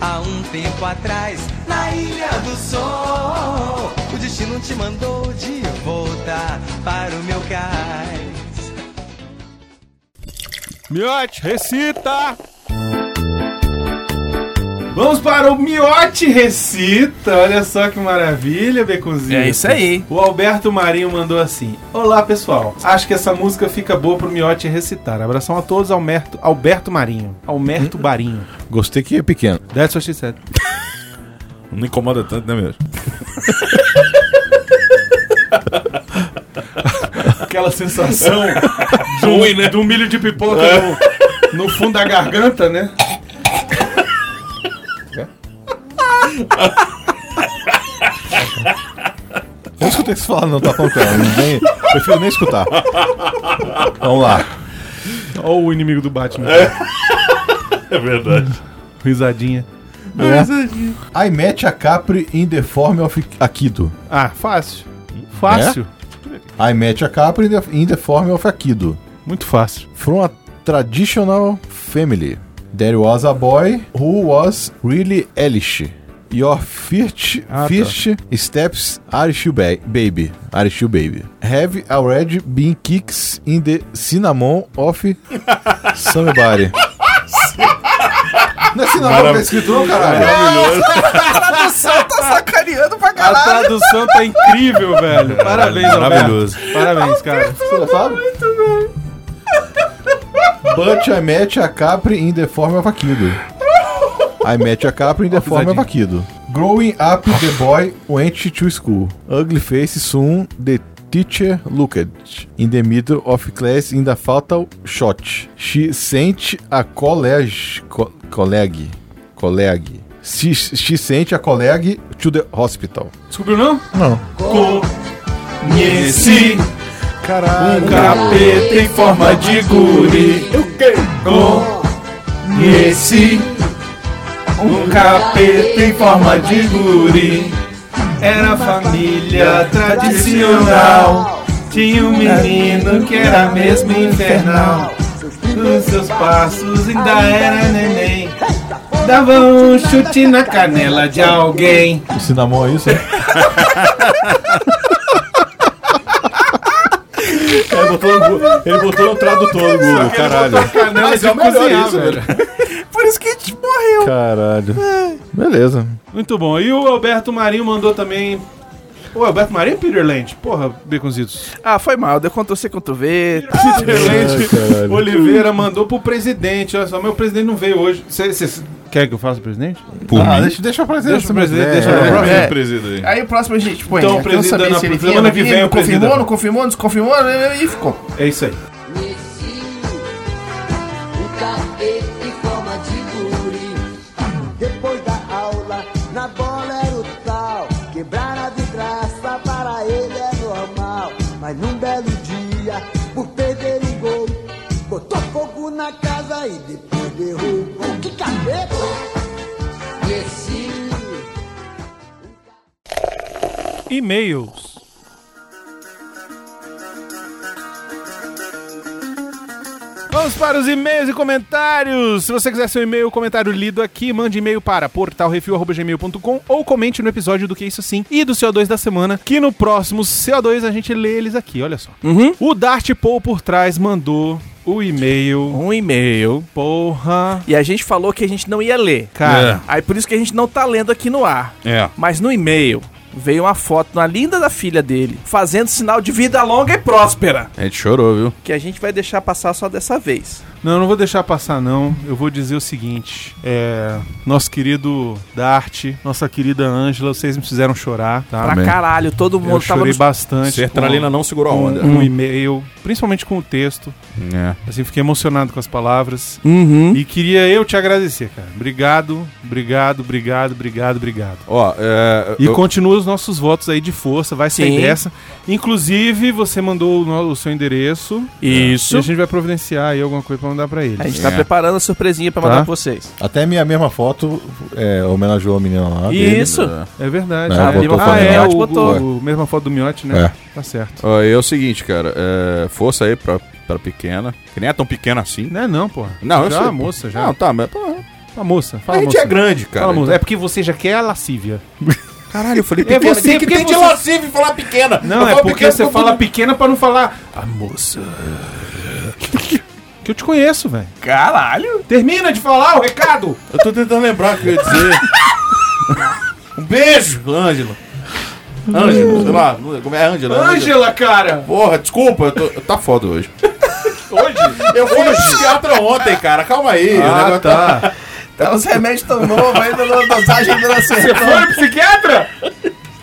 S10: há um tempo atrás na Ilha do Sol. O destino te mandou de volta para o meu cais.
S1: Miote, recita! Vamos para o Miote Recita! Olha só que maravilha, Beconzinho.
S2: É isso aí.
S1: O Alberto Marinho mandou assim: Olá pessoal, acho que essa música fica boa pro Miote recitar. Abração a todos, Alberto, Alberto Marinho.
S3: Hum.
S1: Alberto Barinho.
S6: Gostei que é pequeno.
S1: That's what she said.
S3: Não incomoda tanto, né, mesmo?
S1: Aquela sensação do,
S3: né?
S1: do milho de pipoca
S3: É.
S1: no, no fundo da garganta, né?
S6: Não escutei você falando, não tá falando com ela. Nem, prefiro nem escutar. Vamos lá.
S1: Olha o inimigo do Batman.
S4: É verdade.
S1: Risadinha.
S6: I met a Capri in the form of Akido.
S1: Ah, fácil. Fácil.
S6: I met a Capri in the, in the form of Akido.
S1: Muito fácil.
S6: From a traditional family. There was a boy who was really Elish. Your first,
S1: Ah, tá.
S6: first steps are you ba baby. Are you baby. Have already been kicks in the cinnamon of somebody. Não é cinnamon, tá escrito não, caralho.
S2: Tradução tá sacaneando pra
S1: A
S2: caralho.
S1: tradução tá incrível,
S4: É,
S1: velho. Parabéns, Alberto.
S3: Maravilhoso.
S1: Parabéns, cara.
S6: Você sabe? But I met a Capri in the form of Akido. I met a Capri in the form of Akido. Growing up, the boy went to school. Ugly face soon, the teacher looked. In the middle of class, in the fatal shot. She sent a college... Co colleague. Colleague. She, she sent a colleague to the hospital.
S1: Descobriu não?
S6: Não.
S1: Conheci um
S6: Caralho.
S1: capeta em forma de guri. Conheci um capeta em forma de guri. Era família tradicional. Tinha um menino que era mesmo infernal. Nos seus passos ainda era neném. Dava um chute na canela de alguém.
S6: O Cinnamon é isso? hein? Ele botou, no, Gu- ele botou no tradutor no Google, caralho.
S1: Canela
S4: Mas
S1: de
S4: é o melhor
S1: cozinhar,
S4: isso,
S1: velho.
S2: Por isso que a gente morreu.
S6: Caralho. Beleza.
S1: Muito bom. E o Alberto Marinho mandou também. Ô, Alberto Marinho ou Peter Land? Porra, Beconzitos.
S2: Ah, foi mal. Deu Ctrl C, Ctrl V.
S1: Peter Land
S6: caralho.
S1: Oliveira mandou pro presidente. Olha só, meu presidente não veio hoje. Vocês quer que eu faça o presidente?
S3: Por mim.
S6: deixa, deixa eu fazer
S1: Deixa o presidente, deixa
S6: é.
S1: o
S4: Próximo
S1: presidente.
S2: É.
S4: presidente aí.
S10: Aí o próximo a gente põe.
S1: Então,
S10: né? Quero
S1: presidente,
S10: saber se ele vinha,
S1: na- semana
S10: não
S1: que
S10: vinha,
S1: vem é o
S10: Confirmou,
S1: presidente.
S10: não confirmou, desconfirmou, né? e ficou.
S1: É isso aí.
S11: O capeta em forma de guri. Depois da aula, na bola era o tal. Quebrar a vidraça para ele é normal. Mas num belo dia, por perder um gol, botou fogo na casa e depois derrubou. Que capeta! Esse.
S1: E-mails. Vamos para os e-mails e comentários. Se você quiser seu e-mail ou comentário lido aqui, mande e-mail para portalrefil.gmail.com ou comente no episódio do Que Isso Sim e do CO2 da semana, que no próximo CO2 a gente lê eles aqui, olha só.
S2: Uhum.
S1: O Dart Paul por trás mandou o e-mail.
S2: Um e-mail.
S1: Porra.
S2: E a gente falou que a gente não ia ler.
S1: Cara.
S2: Aí por isso que a gente não tá lendo aqui no ar.
S3: É.
S2: Mas no e-mail veio uma foto na linda da filha dele, fazendo sinal de vida longa e próspera.
S3: A gente chorou, viu?
S2: Que a gente vai deixar passar só dessa vez.
S1: Não, não vou deixar passar, não. Eu vou dizer o seguinte: é. Nosso querido Dart, nossa querida Ângela, vocês me fizeram chorar, tá?
S2: Pra
S3: Amém.
S2: caralho, todo
S1: Eu
S2: mundo tava
S1: chorei
S2: no-
S1: bastante.
S3: Sertralina não segurou a
S1: com,
S3: onda.
S1: com o e-mail, principalmente com o texto.
S3: É.
S1: Assim, fiquei emocionado com as palavras.
S2: Uhum.
S1: E queria eu te agradecer, cara. Obrigado, obrigado, obrigado, obrigado, obrigado.
S3: Ó, é,
S1: E
S3: eu-
S1: continua os nossos votos aí de força, vai ser
S2: Sim.
S1: dessa. Inclusive, você mandou o, no- o seu endereço.
S2: Isso.
S1: E a gente vai providenciar aí alguma coisa pra mandar pra ele.
S2: A gente tá
S3: É.
S2: preparando a surpresinha pra mandar
S1: Tá.
S2: pra vocês.
S6: Até minha mesma foto é, homenageou a menina
S10: Tá
S6: lá. dele.
S2: Isso.
S1: É verdade.
S6: É,
S1: Ah,
S6: botou
S1: ah, é, o,
S2: foto do Miotti, botou.
S1: o, o mesma foto do Miotti, né? Tá certo.
S3: ó, e é o seguinte, cara. é, força aí pra, pra pequena. Que nem é tão pequena assim.
S1: Não é não, porra.
S3: Não, eu
S1: já
S3: sei.
S1: a moça, já.
S3: Não, tá, mas. pô,
S1: a moça, fala
S3: a gente
S1: moça.
S3: é grande, cara.
S1: Fala, moça.
S3: Então-
S1: É porque você já quer a lascívia.
S3: Caralho, eu falei
S1: É
S3: pequena.
S1: você,
S3: Tem que
S1: porque
S3: ter de
S1: você-
S3: lascivo e falar pequena.
S1: Não,
S3: Eu
S1: é
S3: falo
S1: porque
S3: pequena
S1: você
S3: eu
S1: fala pequena pra não falar a moça. Que eu te conheço, velho.
S2: Caralho!
S1: Termina de falar o recado.
S4: Eu tô tentando lembrar o que eu ia dizer. um beijo, Ângela. Ângela, sei lá, como é
S1: Tá,
S4: Ângela? Ângela.
S1: Ângela, cara.
S4: Porra, desculpa, eu tô, eu
S3: Tá foda hoje.
S4: Eu fui no psiquiatra ontem, cara. Calma aí. o negócio
S1: tá.
S10: Então, os remédios tão novos ainda na dosagem ainda não acertou.
S1: Foi no psiquiatra?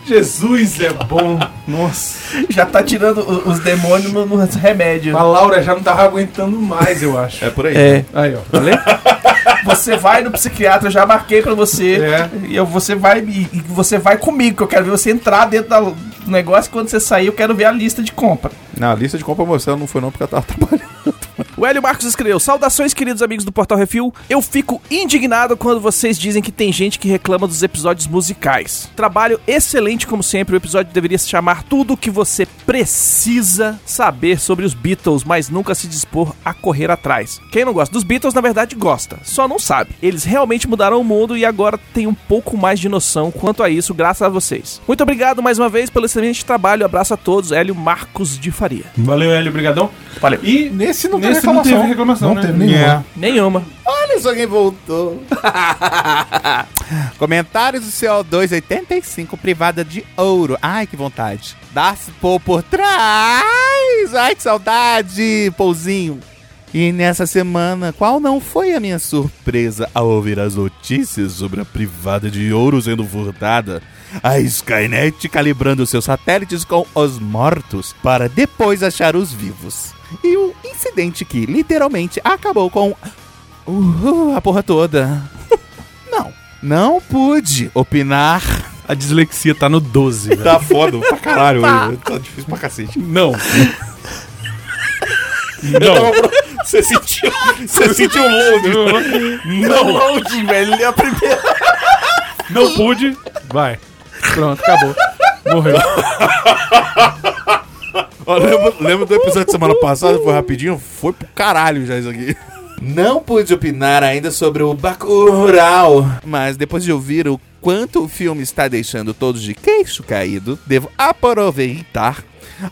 S1: Jesus é bom. Nossa.
S10: Já tá tirando o- os demônios no- nos remédios.
S1: A Laura já não tava aguentando mais, eu acho.
S4: É por aí.
S2: É.
S1: Aí, ó. Falei?
S10: Você vai no psiquiatra, eu já marquei pra você.
S1: É.
S10: E eu, você vai e e você vai comigo, que eu quero ver você entrar dentro da- do negócio e quando você sair, eu quero ver a lista de compra.
S3: Na lista de compra mostrando não foi não porque eu tava trabalhando.
S2: O Hélio Marcos escreveu: Saudações, queridos amigos do Portal Refil. Eu fico indignado quando vocês dizem que tem gente que reclama dos episódios musicais. Trabalho excelente, como sempre. O episódio deveria se chamar Tudo o que você precisa saber sobre os Beatles, mas nunca se dispor a correr atrás. Quem não gosta dos Beatles, na verdade, gosta, só não sabe. Eles realmente mudaram o mundo e agora tem um pouco mais de noção quanto a isso, graças a vocês. Muito obrigado mais uma vez pelo excelente trabalho. Abraço a todos, Hélio Marcos de Faria.
S1: Valeu, Hélio. Obrigadão.
S2: Valeu.
S1: E
S6: Nesse não
S1: nesse não teve reclamação,
S6: Não
S1: né?
S6: teve nenhuma.
S1: É.
S2: Nenhuma.
S3: Olha só quem voltou. Comentários do CO2 85, privada de ouro. Ai, que vontade. Darcy Paul por trás. Ai, que saudade, Pouzinho. E nessa semana, qual não foi a minha surpresa ao ouvir as notícias sobre a privada de ouro sendo furtada? A Skynet calibrando seus satélites com os mortos para depois achar os vivos. E o incidente que literalmente acabou com Uhul, a porra toda. Não, não pude opinar.
S1: A dislexia tá no 12, velho.
S4: Tá foda pra caralho hoje. Tá difícil pra cacete.
S1: Não.
S4: Eu tava pro- Você sentiu. Você sentiu longe. Não.
S10: Loading, velho, ele é a primeira.
S1: Não pude. Vai. Pronto, acabou. Morreu.
S4: Ó, lembra, lembra do episódio de semana passada? Foi rapidinho? Foi pro caralho já isso aqui.
S3: Não pude opinar ainda sobre o Bacurau, mas depois de ouvir o quanto o filme está deixando todos de queixo caído, devo aproveitar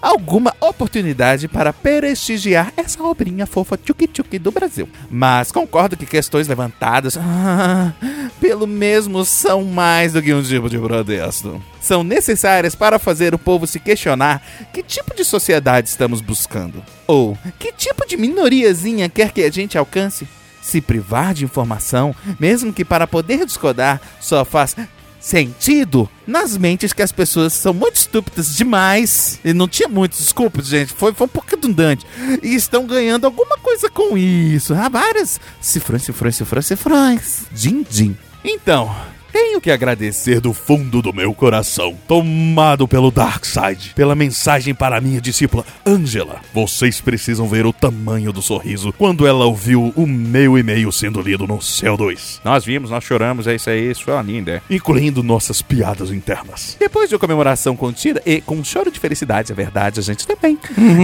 S3: alguma oportunidade para prestigiar essa obrinha fofa tchuk-tchuk do Brasil. Mas concordo que questões levantadas ah, pelo mesmo são mais do que um tipo de protesto. São necessárias para fazer o povo se questionar que tipo de sociedade estamos buscando. Ou que tipo de minoriazinha quer que a gente alcance. Se privar de informação, mesmo que para poder descodar, só faz sentido nas mentes que as pessoas são muito estúpidas demais. E não tinha muito, desculpa, gente, foi, foi um pouco redundante. E estão ganhando alguma coisa com isso. Há várias cifrões, cifrões, cifrões, cifrões. Din, din. Então, tenho que agradecer do fundo do meu coração, tomado pelo Dark Side, pela mensagem para minha discípula Angela. Vocês precisam ver o tamanho do sorriso quando ela ouviu o meu e-mail sendo lido no Céu 2.
S6: Nós vimos, nós choramos, é isso aí, isso foi uma linda.
S3: incluindo nossas piadas internas. Depois de uma comemoração contida e com um choro de felicidade, é verdade, a gente também.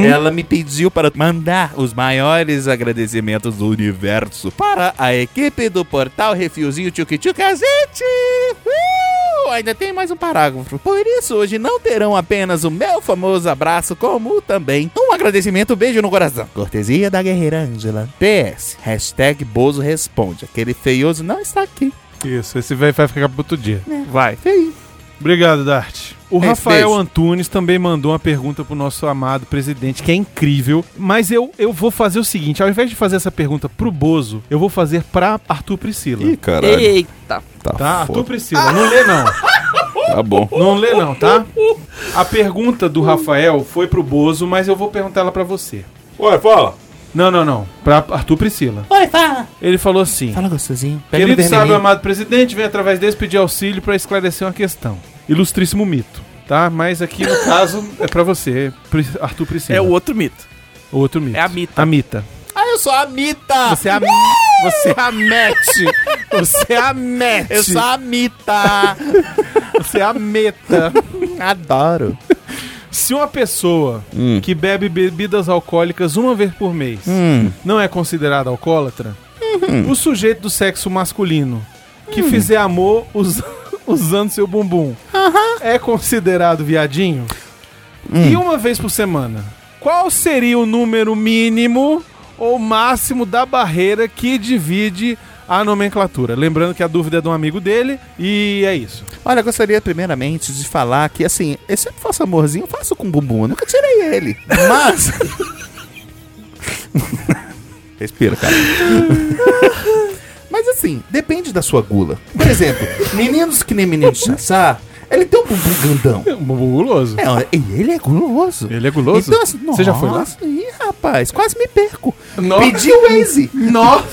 S3: Ela me pediu para mandar os maiores agradecimentos do universo para a equipe do portal Refilzinho Tchuk Tchuk a gente. Uh! Ainda tem mais um parágrafo. Por isso, hoje não terão apenas o meu famoso abraço, como também um agradecimento, beijo no coração. Cortesia da guerreira Ângela. PS, hashtag Bozo responde. Aquele feioso não está aqui.
S1: Isso, esse velho vai ficar pro outro dia.
S2: Vai.
S3: Feio.
S1: Obrigado, Dart. O
S3: É isso,
S1: Rafael
S3: beijo.
S1: Antunes também mandou uma pergunta pro nosso amado presidente, que é incrível. Mas eu, eu vou fazer o seguinte: ao invés de fazer essa pergunta pro Bozo, eu vou fazer pra Arthur Priscila.
S6: Ih, caralho.
S2: Eita.
S6: Tá,
S1: Tá, Arthur
S6: foda.
S1: Priscila, não lê não.
S6: Tá bom.
S1: Não lê não, tá? A pergunta do Rafael foi pro Bozo, mas eu vou perguntar ela pra você.
S3: Ué, fala.
S1: Não, não, não. Pra Arthur Priscila.
S12: Oi, fala.
S1: Ele falou assim:
S12: Fala gostosinho.
S1: Querido sábio amado presidente, vem através desse pedir auxílio para esclarecer uma questão. Ilustríssimo mito, tá? Mas aqui no caso é para você, Pri- Arthur Priscila.
S2: É o outro mito.
S1: outro mito.
S2: é a mita.
S1: A mita.
S3: Ah, eu sou a Mita.
S1: Você é a mi- você é a mete. Você é a mete.
S3: Eu sou a Mita.
S1: Você é a meta.
S3: Adoro. Hum.
S1: Se uma pessoa que bebe bebidas alcoólicas uma vez por mês
S3: Hum.
S1: não é considerada alcoólatra,
S3: Uhum.
S1: o sujeito do sexo masculino que
S3: Hum.
S1: fizer amor us- usando seu bumbum é considerado viadinho? E uma vez por semana, qual seria o número mínimo ou máximo da barreira que divide a nomenclatura? Lembrando que a dúvida é de um amigo dele e é isso.
S3: Olha, eu gostaria primeiramente de falar que, assim, eu sempre faço amorzinho, faço com bumbum. Eu nunca tirei ele. Mas... Respira, cara. Mas assim, depende da sua gula. Por exemplo, meninos que nem menino de chassá, ele tem um bumbum grandão.
S1: É um bumbum guloso.
S3: É, ó, e ele é guloso.
S1: Ele é guloso?
S3: Então, assim,
S1: Você já foi lá?
S3: nossa, Ih, rapaz, quase me perco.
S1: Nossa.
S3: Pedi o Waze.
S1: Nossa!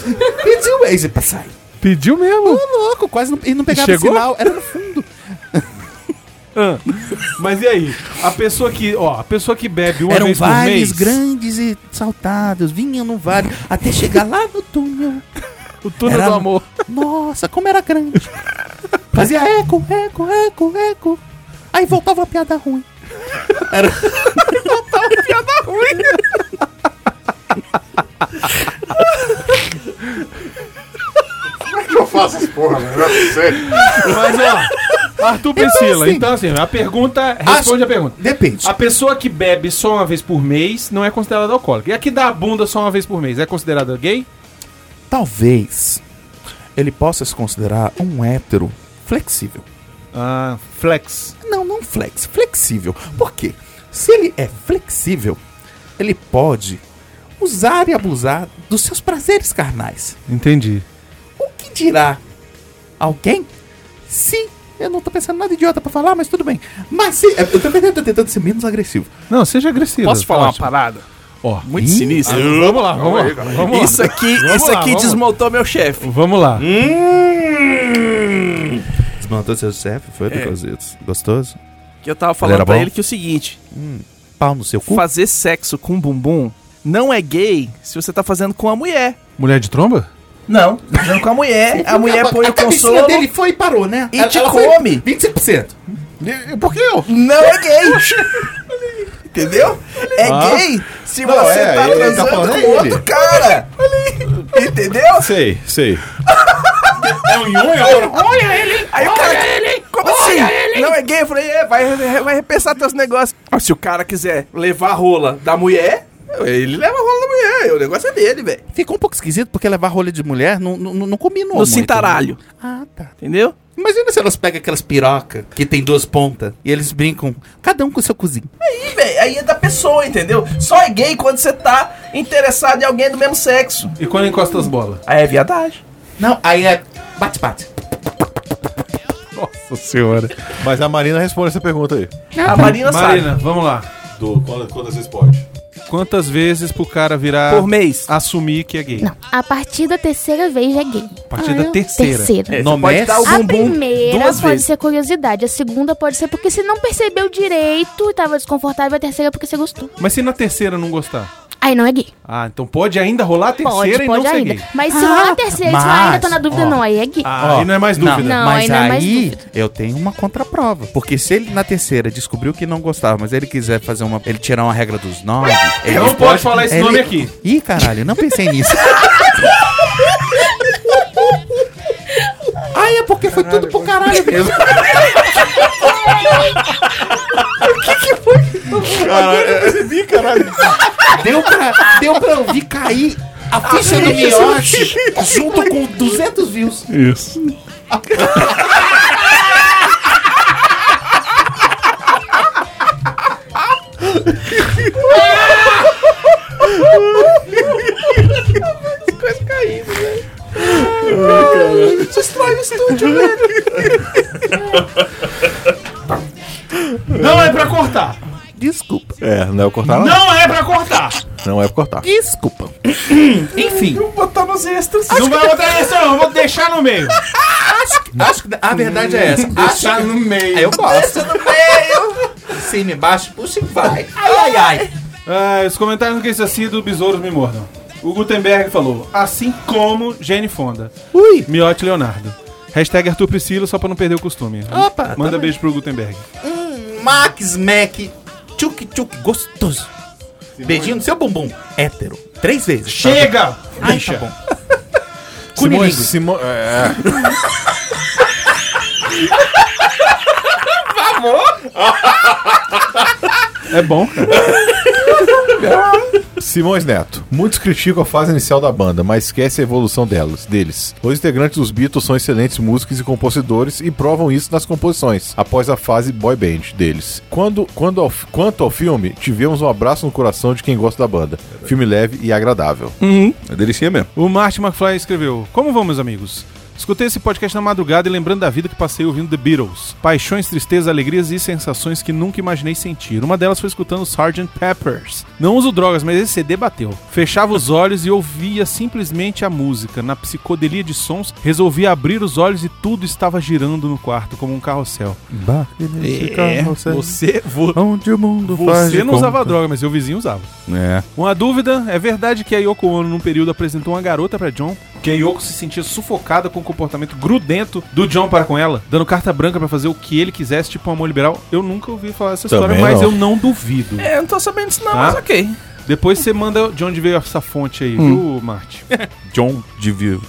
S3: Pedi o Waze pra sair.
S1: Pediu mesmo!
S3: Tô louco, quase não, e não pegava
S1: Chegou?
S3: sinal. Era no fundo.
S1: Ah, mas e aí? A pessoa que, ó, a pessoa que bebe uma
S3: Eram
S1: vez por
S3: vales
S1: mês,
S3: grandes e saltados. Vinham no vale até chegar lá no túnel.
S1: o túnel
S3: Era-
S1: do amor.
S3: Nossa, como era grande. Fazia eco, eco, eco, eco. Aí voltava uma piada ruim. Era... voltava uma piada ruim.
S13: Eu faço essa porra, né? Não sei.
S1: Mas ó, Arthur Priscila,
S3: assim-
S1: então assim, a pergunta, responde a pergunta.
S3: Depende.
S1: A pessoa que bebe só uma vez por mês não é considerada alcoólica. E a que dá a bunda só uma vez por mês é considerada gay?
S3: Talvez ele possa se considerar um hétero flexível.
S1: Ah, flex.
S3: Não, não flex, flexível. Por quê? Se ele é flexível, ele pode usar e abusar dos seus prazeres carnais.
S1: Entendi.
S3: O que dirá alguém? Se eu não tô pensando nada idiota pra falar, mas tudo bem. Mas se eu tô tentando, tô tentando ser menos agressivo.
S1: Não, seja agressivo.
S2: Posso falar uma parada?
S1: Ó,
S2: Muito sinistra.
S1: vamos lá, vamos lá. Vamos lá.
S2: Isso aqui, isso
S1: lá,
S2: aqui
S1: vamos lá.
S2: desmontou meu chefe.
S1: Vamos lá.
S3: Desmontou seu chefe, foi,
S1: É.
S3: Bicositos? Gostoso?
S2: Que eu tava
S3: Ele
S2: falando
S3: era
S2: pra
S3: bom?
S2: ele que é o seguinte:
S3: Pau no seu cu?
S2: fazer sexo com bumbum não é gay se você tá fazendo com a mulher.
S1: Mulher de tromba?
S2: Não, tá fazendo com a mulher. A mulher põe o
S3: cabecinha
S2: consolo.
S3: dele foi e parou, né?
S2: e
S3: Ela-
S2: te
S3: ela foi
S2: come.
S3: 25%.
S13: Por que eu?
S2: Não é gay. Entendeu? É
S1: Ah.
S2: gay se
S13: Não,
S2: você
S13: é,
S2: tá
S13: ele tá
S6: é,
S2: transando
S13: falando
S2: com outro
S13: dele.
S2: cara.
S14: entendeu?
S6: Sei, sei.
S1: É um
S14: Aí o cara. Como assim? Não é gay? Eu falei, é, vai, vai repensar teus negócios. Mas se o cara quiser levar a rola da mulher, ele leva a rola da mulher. O negócio é dele, velho.
S15: Ficou um pouco esquisito porque levar rolha de mulher não, não, não combinou.
S2: No
S15: muito,
S2: cintaralho.
S15: né? Ah, tá.
S2: Entendeu?
S15: Imagina se elas pegam aquelas pirocas que tem duas pontas e eles brincam, cada um com seu cozinho.
S14: Aí, velho, aí é da pessoa, entendeu? Só é gay quando você tá interessado em alguém do mesmo sexo.
S1: E quando encosta as bolas?
S14: Aí é viadagem.
S15: Não, aí é. Bate, bate.
S6: Nossa senhora. Mas a Marina responde essa pergunta aí.
S14: A Marina, sabe.
S1: Marina, vamos lá.
S6: Do quantas vezes pode?
S1: Quantas vezes pro cara virar.
S2: Por mês.
S1: Assumir que é gay.
S9: Não, a partir da terceira vez é gay.
S1: A partir da
S15: eu-
S1: terceira. É,
S9: Terceira.
S15: Não
S2: pode dar o
S9: A
S2: bumbum
S9: primeira
S2: duas
S9: pode
S2: vezes.
S9: ser curiosidade, a segunda pode ser porque você não percebeu direito e tava desconfortável, a terceira é porque você gostou.
S1: Mas se na terceira não gostar?
S9: Aí não é gay.
S1: Ah, então pode ainda rolar a terceira
S9: Pode,
S1: e
S9: pode
S1: não ser
S9: ainda.
S1: gay.
S9: Mas se lá na terceira, você fala,
S15: mas,
S9: ainda tô na dúvida, não, aí é gay.
S1: Ah, aí não é mais dúvida.
S9: Não,
S15: mas
S9: aí não é mais
S15: aí
S9: dúvida.
S15: eu tenho uma contraprova. Porque se ele na terceira descobriu que não gostava, mas ele quiser fazer uma. Ele tirar uma regra dos nove. ele
S1: Não pode falar esse
S15: ele-
S1: nome aqui.
S15: Ih, caralho, não pensei nisso. Ai, é porque foi tudo pro caralho mesmo. é. Deu pra, deu pra ouvir cair a ficha do miote junto com 200 views.
S6: Isso.
S1: Não é pra cortar.
S15: Desculpa.
S6: É, não é pra cortar, não.
S1: Não é pra cortar.
S6: Não é pra cortar.
S15: Desculpa. Enfim.
S14: Botar nos extras.
S1: não vai botar essa, não. Eu vou deixar no meio.
S15: Acho que a verdade é essa. Acho que
S1: no meio.
S15: eu gosto. no meio. Cima e baixo, puxa e vai. Ai, ai, ai.
S1: Ah, os comentários no que isso assim do Besouros Me Mordam. O Gutenberg falou, assim como Jane Fonda.
S15: Ui.
S1: Miote Leonardo. Hashtag Arthur Priscila, só pra não perder o costume.
S15: Opa,
S1: Manda
S15: também.
S1: beijo pro Gutenberg.
S15: Hum, Max Mac. Tchuk tchuk gostoso. Beijinho no seu bumbum. Hétero. Três vezes.
S1: Chega!
S15: Ai,
S1: bicha.
S15: tá bom.
S6: Simões,
S15: Cunilingus.
S6: Simões, é,
S1: É bom, cara.
S6: É. Simões Neto. Muitos criticam a fase inicial da banda, mas esquece a evolução delas, deles. Os integrantes dos Beatles são excelentes músicos e compositores e provam isso nas composições, após a fase boy band deles. Quando, quando ao, quanto ao filme, tivemos um abraço no coração de quem gosta da banda. Filme leve e agradável.
S3: É delicinha mesmo.
S1: O Martin McFly escreveu: Como vão, meus amigos? Escutei esse podcast na madrugada e lembrando da vida que passei ouvindo The Beatles. Paixões, tristezas, alegrias e sensações que nunca imaginei sentir. Uma delas foi escutando Sgt. Peppers. Não uso drogas, mas esse CD bateu. Fechava os olhos e ouvia simplesmente a música. Na psicodelia de sons, resolvi abrir os olhos e tudo estava girando no quarto, como um carrossel.
S15: É.
S1: Você, vo-
S15: Onde o mundo
S1: você não usava droga, mas seu vizinho usava.
S3: É.
S1: Uma dúvida, é verdade que a Yoko Ono, num período, apresentou uma garota pra John, que a Yoko se sentia sufocada com o comportamento grudento do John para com ela, dando carta branca pra fazer o que ele quisesse, tipo uma mão liberal. Eu nunca ouvi falar essa história,
S6: Também
S1: mas
S6: não.
S1: eu não duvido.
S2: É, eu não tô sabendo disso não,
S1: Tá.
S2: mas ok.
S1: Depois você manda de onde veio essa fonte aí,
S6: Hum.
S1: viu, Marte?
S3: John de Viva.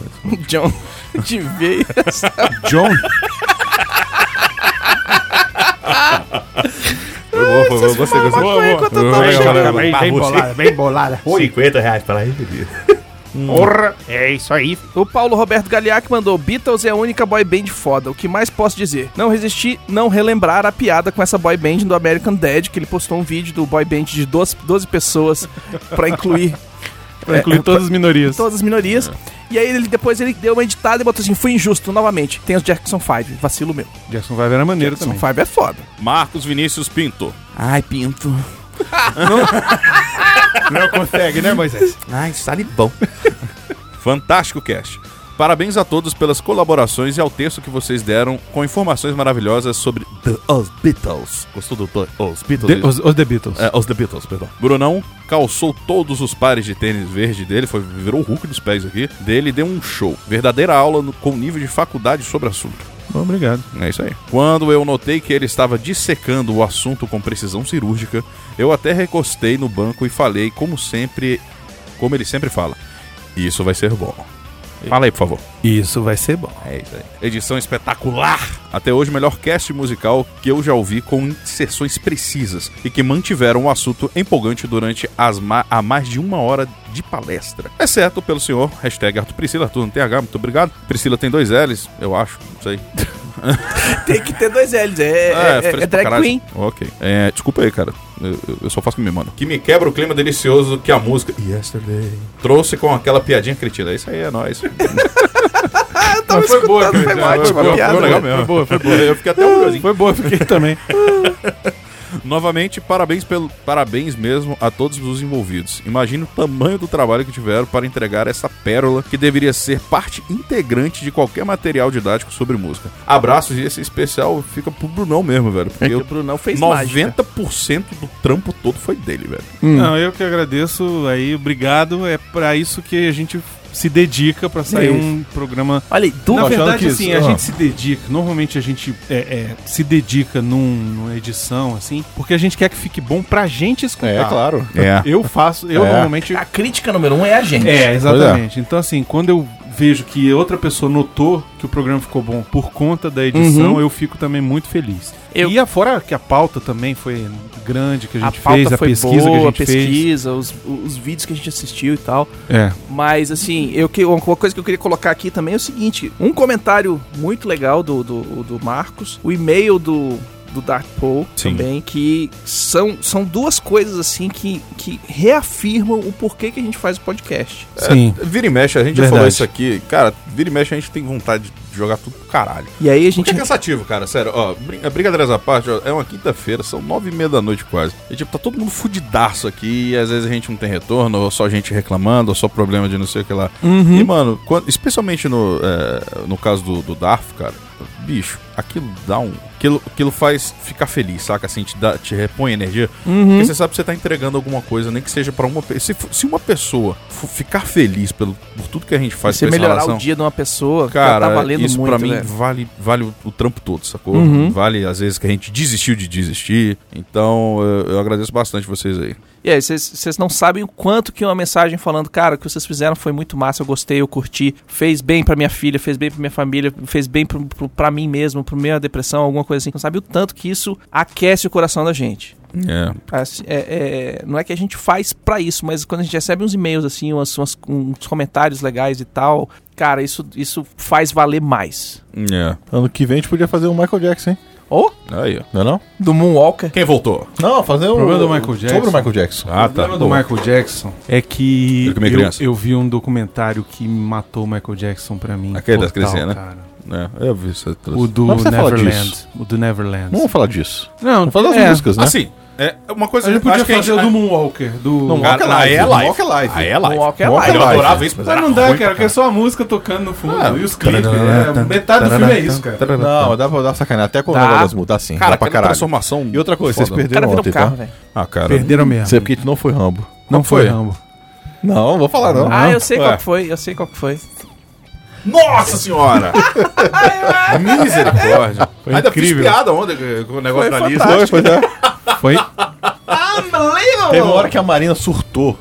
S2: John, de vez.
S1: John?
S4: Boa, boa, boa, você gostou?
S2: Maconha enquanto eu tava
S4: Legal,
S2: chegando.
S4: legal, barbudo.
S1: bem bolada.
S4: 50 reais
S15: é
S4: pra ele.
S1: Porra, é isso aí.
S2: O Paulo Roberto Galeac mandou: Beatles é a única boy band foda. O que mais posso dizer? Não resisti não relembrar a piada com essa boy band do American Dad, que ele postou um vídeo do boy band de 12, 12 pessoas pra incluir
S1: Pra incluir todas as minorias.
S2: todas as minorias. E aí ele depois ele deu uma editada e botou assim: fui injusto novamente. Tem os Jackson 5, vacilo meu.
S1: Jackson vai era maneiro
S2: Jackson
S1: também.
S2: 5 é foda.
S3: Marcos Vinícius Pinto.
S15: Ai, pinto.
S1: Não consegue, né, Moisés?
S15: Ai, salivão.
S3: Fantástico cast. Parabéns a todos pelas colaborações e ao texto que vocês deram com informações maravilhosas sobre The Os Beatles. Gostou do The Os Beatles?
S1: os, os The Beatles.
S3: É, os The Beatles, perdão. Brunão calçou todos os pares de tênis verde dele, foi, virou o Hulk dos pés aqui, dele e deu um show. Verdadeira aula no- com nível de faculdade sobre o assunto.
S1: Obrigado.
S3: É isso aí. Quando eu notei que ele estava dissecando o assunto com precisão cirúrgica, eu até recostei no banco e falei, como sempre, como ele sempre fala. Isso vai ser bom. Fala aí, por favor.
S1: Isso vai ser bom.
S3: É isso aí. Edição espetacular! Até hoje, o melhor cast musical que eu já ouvi com inserções precisas e que mantiveram o assunto empolgante durante as ma- a mais de uma hora de palestra. Exceto pelo senhor, hashtag Arthur Priscila, Arthur não tem H, muito obrigado. Priscila tem dois L's, eu acho, não sei.
S2: Tem que ter dois L's. É, é, é,
S3: Ah, fresco
S2: é
S3: pra
S2: drag
S3: caralho.
S2: queen.
S3: Ok. É, desculpa aí, cara. Eu, eu- eu só faço o que me manda.
S4: Que me quebra o clima delicioso que a música
S3: Yesterday. Trouxe com aquela piadinha cretina. Isso aí é nóis.
S4: Mas foi boa,
S2: escutando,
S4: cara.
S2: foi ótima
S4: Foi boa,
S2: piada,
S4: foi legal
S3: né?
S4: mesmo.
S3: Foi boa, foi boa.
S4: Eu fiquei até orgulhosinho.
S1: Foi boa, fiquei também.
S3: Novamente, parabéns, pelo, parabéns mesmo a todos os envolvidos. Imagina o tamanho do trabalho que tiveram para entregar essa pérola que deveria ser parte integrante de qualquer material didático sobre música. Abraços e esse especial fica pro Brunão mesmo, velho. Porque
S2: Que
S3: eu-
S2: o Brunão fez
S3: 90% do trampo todo foi dele, velho.
S6: Hum.
S1: Não, eu que agradeço aí, obrigado. É pra isso que a gente se dedica pra
S6: É.
S1: sair
S2: Isso.
S1: um programa
S2: Olha aí, du...
S1: Na
S6: Não, achando
S1: verdade,
S6: que
S1: assim,
S6: isso-
S1: a
S6: ah.
S1: gente se dedica. Normalmente a gente é, é, se dedica num- numa edição, assim, porque a gente quer que fique bom pra gente escutar.
S6: É, claro.
S3: É.
S1: Eu faço, eu
S6: É.
S1: normalmente.
S15: A crítica número um é a gente.
S1: É, exatamente. Então, assim, quando eu vejo que outra pessoa notou que o programa ficou bom por conta da edição, eu fico também muito feliz.
S2: Eu-
S1: E afora que a pauta também foi grande que a
S2: a
S1: gente
S2: pauta
S1: fez, a
S2: foi
S1: pesquisa que
S2: boa,
S1: a
S2: a
S1: gente fez.
S2: pesquisa, os, os vídeos que a gente assistiu e tal.
S1: É.
S2: Mas, assim, eu que, uma coisa que eu queria colocar aqui também é o seguinte: um comentário muito legal do, do, do Marcos, o e-mail do. Do Dark Poe
S3: Sim.
S2: também, que são, são duas coisas assim que, que reafirmam o porquê que a gente faz o podcast.
S1: Sim.
S3: Vira e mexe, a gente já
S1: Verdade.
S3: falou isso aqui. Cara, vira e mexe, a gente tem vontade de jogar tudo pro caralho.
S2: E aí a
S3: Porque
S2: gente.
S3: é cansativo, cara, sério. Ó, brin- brincadeiras à parte, ó, é uma quinta-feira, são nove e meia da noite quase. E, tipo, tá todo mundo fudidaço aqui e às vezes a gente não tem retorno, ou só gente reclamando, ou só problema de não sei o que lá.
S2: Uhum.
S3: E, mano, quando- especialmente no, é, no caso do, do Darf, cara, bicho, aquilo dá um. Aquilo, aquilo faz ficar feliz, saca? Assim, te, dá, te repõe energia.
S2: Uhum.
S3: Porque você sabe que você tá entregando alguma coisa, nem que seja pra uma pessoa. Se, fo- se uma pessoa fo- ficar feliz pelo, por tudo que a gente faz
S2: Você
S3: com essa
S2: melhorar
S3: relação-
S2: o dia de uma pessoa, já
S3: Cara,
S2: tá valendo
S3: isso
S2: muito,
S3: pra mim
S2: né? Uhum.
S3: vale, vale o- o trampo todo, sacou? Vale às vezes que a gente desistiu de desistir. Então eu, eu agradeço bastante vocês aí.
S2: E aí, vocês- vocês não sabem o quanto que uma mensagem falando, cara, o que vocês fizeram foi muito massa, eu gostei, eu curti, fez bem pra minha filha, fez bem pra minha família, fez bem pro, pro, pra mim mesmo, pra minha depressão, alguma coisa assim. Não sabe o tanto que isso aquece o coração da gente.
S3: É.
S2: Assim, é- é- não é que a gente faz pra isso, mas quando a gente recebe uns e-mails, assim, umas- umas- uns comentários legais e tal, cara, isso, isso faz valer mais.
S3: É.
S6: Ano que vem a gente podia fazer um Michael Jackson, hein?
S2: Ou,
S3: Aí, ó.
S6: Não é não?
S2: do Moonwalker,
S3: Quem voltou?
S6: Não, fazer um.
S1: Problema do Michael Jackson.
S6: Sobre o Michael Jackson.
S3: Ah,
S1: O problema do Michael Jackson é que
S3: Eu comi criança.
S1: eu, eu vi um documentário que matou o Michael Jackson pra mim.
S3: Aquele das
S1: total,
S3: criancinhas, né?
S1: cara.
S3: É, eu vi isso.
S1: O do
S6: Mas você fala
S1: Neverland.
S6: disso.
S1: O do Neverland.
S6: Não vamos falar disso.
S1: Não,
S6: Vamos falar das
S1: é.
S6: músicas, né?
S3: Assim, é uma coisa
S1: A gente podia
S3: acho que a
S1: fazer o do Moonwalker. Do...
S6: Não,
S3: Cara,
S6: Walk Alive,
S3: aí é live.
S6: Walk Alive.
S3: Aí é live.
S2: Moonwalker é
S6: Moonwalker
S2: live.
S6: é
S4: Eu
S6: live.
S4: adorava isso, mas
S1: Mas
S4: era
S1: não dá,
S4: ruim
S1: cara,
S4: pra
S1: porque é só a música tocando no fundo.
S3: Ah,
S1: e os clipes. é, metade do filme é isso, cara.
S6: Não, mas dá pra dar sacanagem. Até com o
S2: Dá.
S6: das mudar sim.
S3: Cara,
S6: dá pra
S3: aquela
S6: caralho.
S3: transformação.
S6: E outra coisa,
S3: foda.
S6: vocês
S2: o cara
S6: perderam
S2: vira
S6: ontem,
S2: um carro,
S6: tá?
S2: velho.
S3: Ah, cara.
S1: Perderam mesmo.
S6: Isso é porque tu não foi Rambo.
S1: Não
S6: Qual
S1: foi, Rambo.
S6: Não, vou falar não.
S2: Ah, eu sei
S3: Ué.
S2: qual que foi, eu sei qual que foi.
S3: Nossa senhora! Misericórdia. Foi
S4: Ainda
S3: incrível.
S4: fiz piada ontem com- com o negócio da lista.
S6: Foi, foi, né?
S1: Foi,
S6: Teve uma hora que a Marina surtou.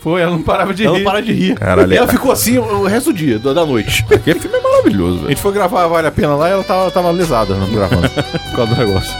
S1: foi, ela não parava de
S6: Ela
S1: rir. tá.
S6: não para de rir.
S3: Caralho.
S6: E ela ficou assim o o resto do dia, do- da noite.
S3: Aquele filme é maravilhoso,
S6: A
S3: velho.
S6: gente foi gravar Vale a Pena lá e ela tava, tava lesada não, gravando. por causa do negócio.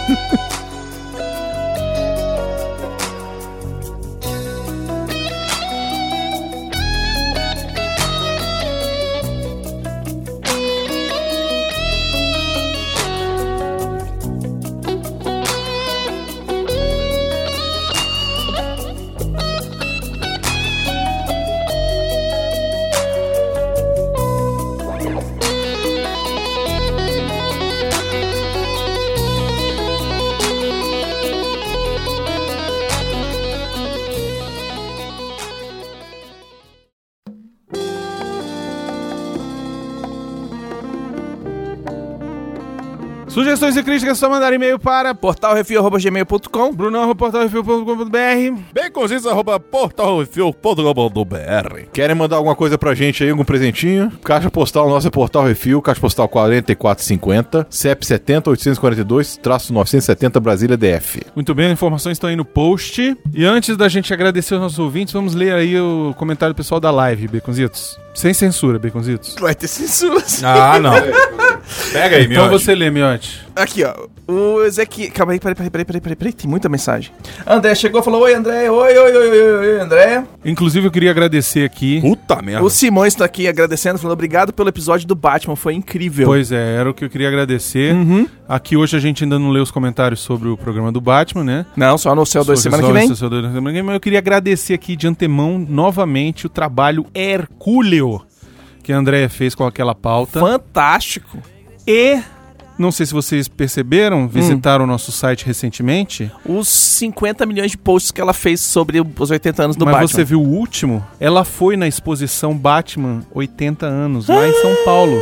S11: Quando
S1: Sugestões e críticas é só mandar e-mail para
S2: portalrefil.gmail.com
S1: brunão.portalrefil.com.br
S3: Baconzitos.portalrefil.com.br
S6: Querem mandar alguma coisa pra gente aí, algum presentinho? Caixa postal nossa é Portal Refil, Caixa postal 4450, CEP 70 842, traço 970 Brasília DF.
S1: Muito bem, as informações estão aí no post. E antes da gente agradecer os nossos ouvintes, vamos ler aí o comentário do pessoal da live, Beconzitos. Sem censura, Beconzitos.
S2: Vai ter censura. sim.
S4: Ah, não. Pega aí,
S1: Então
S4: meu.
S1: você lê, Miote.
S2: Aqui, ó. O Ezequiel. Calma aí, peraí, peraí, peraí, peraí, peraí, peraí. Tem muita mensagem. André chegou e falou: Oi, André. Oi, oi, oi, oi, oi, oi, André.
S1: Inclusive, eu queria agradecer aqui.
S3: Puta merda.
S2: O Simões tá aqui agradecendo, falando obrigado pelo episódio do Batman, foi incrível.
S1: Pois é, era o que eu queria agradecer. Aqui hoje a gente ainda não leu os comentários sobre o programa do Batman, né?
S2: Não, só no céu 2
S1: Sobre
S2: semana
S1: só
S2: que vem.
S1: esse Senhor da Semana que vem, Mas eu queria agradecer aqui de antemão, novamente, o trabalho hercúleo que a Andrea fez com aquela pauta.
S2: Fantástico.
S1: E, não sei se vocês perceberam, visitaram o nosso site recentemente,
S2: Os 50 milhões de posts que ela fez sobre os 80 anos do
S1: mas
S2: Batman.
S1: você viu o último? Ela foi na exposição Batman 80 anos, lá em São Paulo.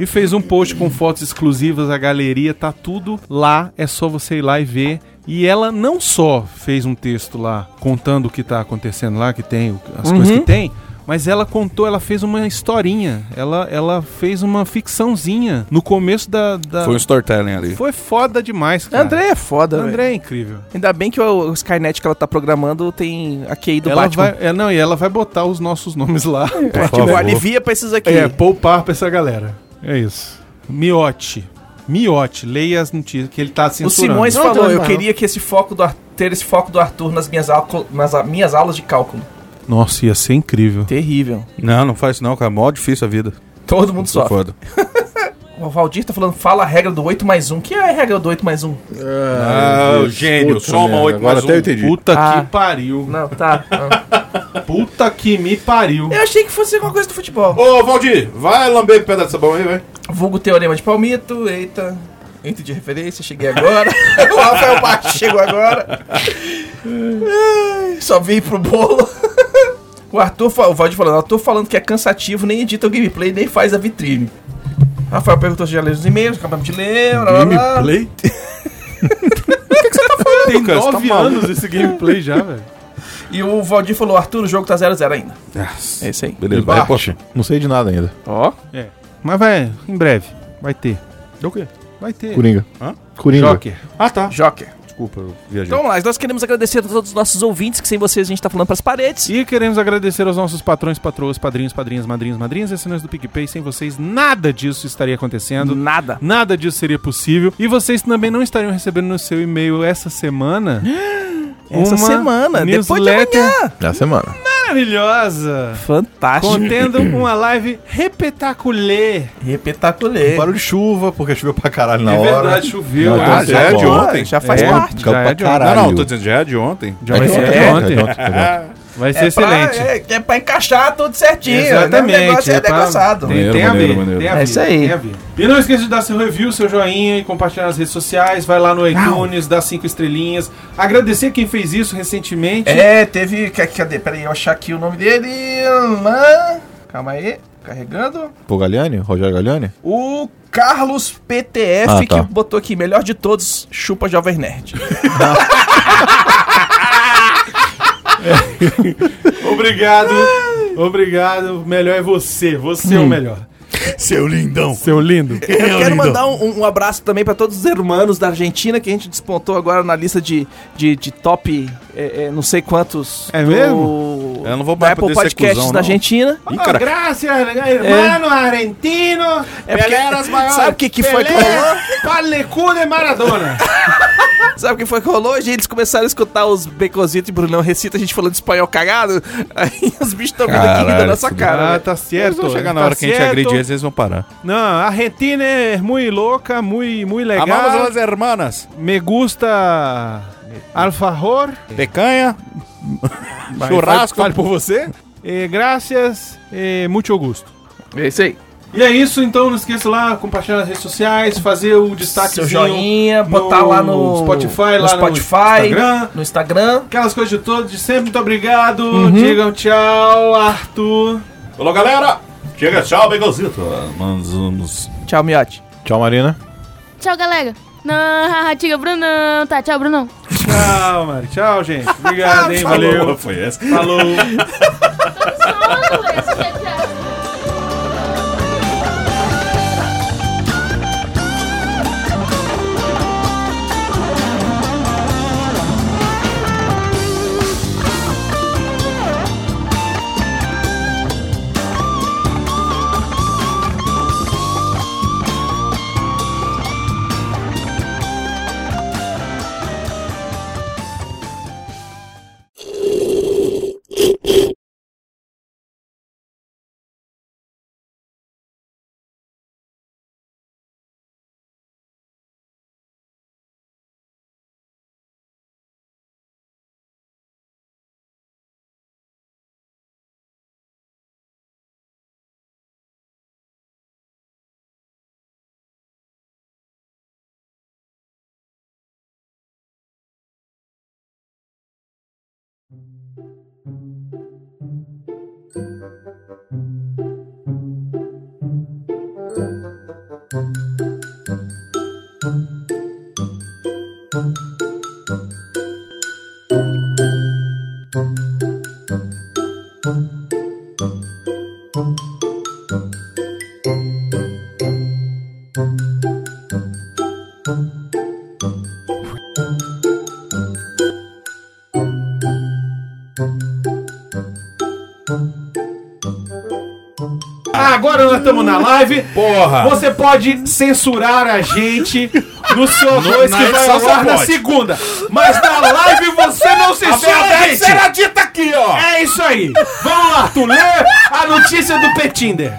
S1: E fez um post com fotos exclusivas, a galeria, tá tudo lá, é só você ir lá e ver. E ela não só fez um texto lá contando o que tá acontecendo lá, que tem o- as coisas
S2: Uhum.
S1: que tem, mas ela contou, ela fez uma historinha, ela, ela fez uma ficçãozinha no começo da. da-
S3: Foi um storytelling ali.
S1: Foi foda demais, cara.
S2: André é foda, velho.
S1: André é incrível.
S2: Ainda bem que o, o Skynet que ela tá programando tem a QI do
S1: ela
S2: Batman.
S1: vai, é, não, e ela vai botar os nossos nomes lá.
S2: Pra, tipo, alivia pra esses aqui.
S1: É, poupar pra essa galera. É isso. Miote. Miote, leia as notícias, que ele tá
S2: o
S1: censurando.
S2: Simões
S15: Não,
S2: falou,
S15: não,
S2: eu
S15: não.
S2: queria que esse foco do Ar- ter esse foco do Arthur nas minhas, alco- nas a- minhas aulas de cálculo.
S1: Nossa, ia ser incrível.
S2: Terrível.
S3: Não, não faz isso não, cara. Mó difícil a vida.
S2: Todo mundo sofre.
S3: Foda.
S2: O Valdir tá falando, fala a regra do 8 mais 1. Que é a regra do 8 mais 1?
S3: Ah, o gênio.
S6: Puta
S3: Soma
S6: merda,
S3: 8
S6: agora
S3: mais
S6: até eu
S3: 1.
S6: entendi.
S1: Puta
S2: Ah.
S1: que pariu.
S2: Não, tá. Ah.
S1: Puta que me pariu.
S2: eu achei que fosse alguma coisa do futebol.
S4: Ô, Valdir, vai
S3: um
S4: lamber pedra de sabão aí, vai.
S2: Vulgo Teorema de Palmito, eita. Entre de referência, cheguei agora. o Rafael Bate chegou agora. Ai, Só vim pro bolo. O Arthur, fa- o Valdir falando, Arthur falando que é cansativo, nem edita o gameplay, nem faz a vitrine. Rafael perguntou se já leu os e-mails, acabamos de ler. blá, blá, blá.
S1: Gameplay? Tem
S3: cara, você tá
S1: nove
S3: maluco.
S1: anos esse gameplay já, velho.
S2: E o Valdir falou, Arthur, o jogo tá 0x0 ainda. É isso aí.
S3: Beleza, vai,
S6: Bate.
S3: poxa.
S6: Não sei de nada ainda.
S2: Ó.
S1: É. Mas vai, em breve. Vai ter.
S3: Deu o quê?
S1: Vai ter.
S6: Coringa.
S3: Hã?
S6: Coringa.
S1: Joker.
S3: Ah, tá.
S2: Joker.
S3: Desculpa, eu viajei.
S15: Então, vamos lá, nós queremos agradecer a todos os nossos ouvintes, que sem vocês a gente tá falando pras paredes.
S1: E queremos agradecer aos nossos patrões, patroas, padrinhos, padrinhas, madrinhas, madrinhas, assinantes do PicPay. Sem vocês, nada disso estaria acontecendo.
S2: Nada.
S1: Nada disso seria possível. E vocês também não estariam recebendo no seu e-mail essa semana.
S2: Essa semana, depois de amanhã.
S6: Da semana.
S1: maravilhosa.
S2: Fantástico.
S1: Contendo uma live repetaculê.
S2: Repetaculei.
S6: Barulho de chuva, porque choveu pra caralho
S2: É
S3: É
S6: na hora.
S1: choveu.
S6: Não,
S1: Ah,
S6: então
S1: já
S6: tá
S1: é
S6: bom.
S1: de ontem.
S2: Já faz
S1: É.
S2: parte.
S6: Choveu
S1: Já
S6: pra
S1: é de ontem.
S6: caralho.
S3: Não, não, tô dizendo, já é de ontem.
S1: Já vai ser
S6: É,
S1: de ontem.
S6: é de ontem, é de ontem.
S1: Vai ser
S2: É pra,
S1: excelente.
S2: é, é pra encaixar tudo certinho.
S1: Exatamente.
S2: Né? O negócio é,
S1: pra-
S2: negociado.
S1: Tem,
S3: Maneiro,
S1: tem a ver,
S3: maneiro, maneiro.
S1: tem a
S2: É
S1: ver.
S2: isso aí.
S1: tem a ver. E não esqueça de dar seu review, seu joinha e compartilhar nas redes sociais. Vai lá no iTunes, dá cinco estrelinhas. Agradecer quem fez isso recentemente.
S2: É, teve. ca- Cadê? Peraí, eu achar aqui o nome dele. Lá. Calma aí. Carregando.
S6: Pô, Galiani? Rogério Galiani?
S2: O Carlos PTF
S6: Ah, tá.
S2: que botou aqui. Melhor de todos, chupa Jovem Nerd.
S1: Obrigado. Obrigado. O melhor é você. Você
S3: Hum.
S1: é o melhor.
S3: Seu lindão.
S1: Seu lindo.
S2: Eu quero mandar um, um abraço também pra todos os hermanos da Argentina que a gente despontou agora na lista de, de, de top é, é, não sei quantos.
S1: É
S2: do-
S1: mesmo?
S3: Eu não vou
S2: da
S3: mais
S2: Apple
S3: poder ser
S2: Podcasts
S3: cuzão,
S2: da
S3: não.
S2: Argentina.
S3: Ih, cara.
S1: graças, hermano um argentino.
S2: É porque- Sabe o que, que foi que rolou?
S1: Palecu de Maradona.
S2: Sabe o que foi que rolou? Hoje eles começaram a escutar os Becozito e Brunão Recita, a gente falando espanhol cagado. Aí os bichos estão vindo aqui rindo da
S3: Caralho,
S2: nossa
S3: isso
S2: cara.
S1: Ah,
S2: velho.
S1: tá
S3: Eles
S1: certo.
S3: vão chegar na
S1: tá
S3: hora que a gente
S1: certo.
S3: agride eles, eles vão parar.
S1: Não, a Argentina é muito louca, muito, muito legal.
S3: Amamos as hermanas.
S1: Me gusta alfajor.
S16: É.
S3: Pecanha. Churrasco. Fale por você.
S1: Eh, gracias, eh, muito gosto.
S2: É isso aí.
S1: E é isso, então não esqueça lá, compartilhar nas redes sociais, fazer o destaque
S2: Seu joinha, botar lá no
S1: Spotify,
S2: no
S1: lá
S2: Spotify,
S1: no Instagram.
S2: no Instagram.
S1: Aquelas coisas de todos, de sempre, muito obrigado. Digam tchau, Arthur.
S4: Falou, galera. Chega, tchau, Begozito.
S3: Manzamos.
S2: Tchau, miote.
S6: Tchau, Marina.
S9: Tchau, galera. Não, haha, diga Brunão. Tá, tchau, Brunão.
S1: Tchau, Mari. Tchau, gente. Obrigado, hein? Valeu.
S6: Foi essa.
S1: Falou. Ah, Agora nós estamos na live.
S16: Porra.
S1: Você pode censurar a gente no seu arroz
S16: na
S1: que vai
S16: edição
S1: ao ar
S16: só
S1: na
S16: pode.
S1: segunda. Mas na live você não censura a
S16: verdade
S1: gente.
S16: será dita aqui, ó.
S1: É isso aí. Vamos lá, tu lê a notícia do Petinder.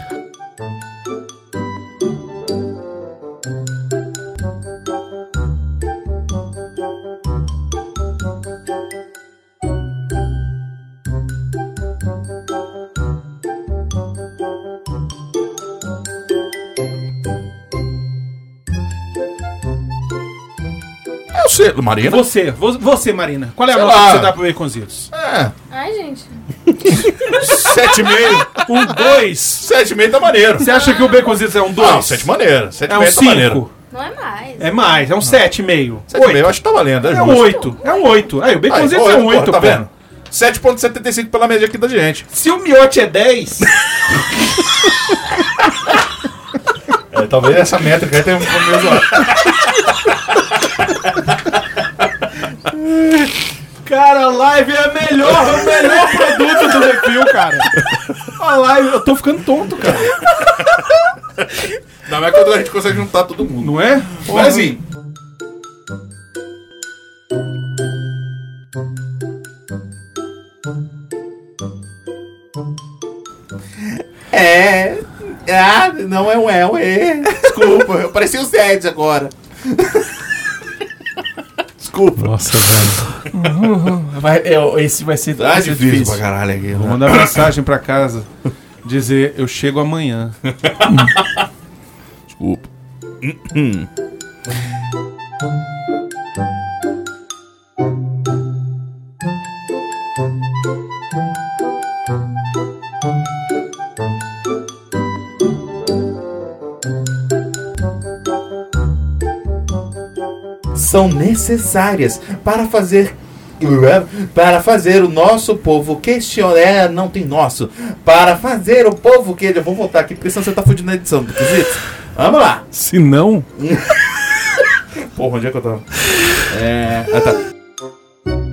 S16: É o selo, Marina.
S1: Você, vo- você, Marina. Qual é a
S16: Sei
S1: nota
S16: lá.
S1: que você dá pro Baconzitos?
S16: É,
S9: Ai, gente.
S16: sete e meio.
S1: Um dois.
S16: Sete e meio tá maneiro.
S1: Você acha que o Baconzitos é um dois?
S16: Não, Ah, sete maneiro. Sete
S1: É
S16: e
S1: um
S16: meio tá maneiro. Ah.
S1: cinco.
S9: Não é mais.
S1: É mais, é um sete e meio.
S16: Sete e meio, eu acho que tá valendo, é
S1: É um
S16: justo.
S1: oito. É um oito. Aí, o
S16: Aí,
S1: Baconzitos
S16: ó,
S1: é um
S16: porra,
S1: oito,
S16: tá
S1: pô.
S16: vendo? 7,75 pela média aqui da gente.
S1: Se o miote é 10,
S16: É, talvez essa métrica aí tenha um pouco meio zoado.
S1: cara, a live é a melhor, o melhor produto do refil, cara. A live, eu tô ficando tonto, cara.
S16: Não, mas é quando a gente consegue juntar todo mundo.
S1: Não é?
S16: Mas assim,
S3: É. Ah, não é um é, um é. Desculpa, eu pareci o Zed agora. Desculpa.
S17: Nossa, velho.
S3: Vai, é, esse vai ser,
S16: tá
S3: vai ser
S16: difícil pra caralho aqui.
S1: Vou
S16: né?
S1: mandar mensagem pra casa dizer, eu chego amanhã.
S6: Desculpa.
S3: São necessárias para fazer. Para fazer o nosso povo questionar. é, Não tem nosso. Para fazer o povo que. Eu vou voltar aqui, porque senão você tá fudindo na edição, do quesito. Vamos lá.
S1: Se não,
S16: Porra, onde é que eu tava?
S3: É. Ah, tá.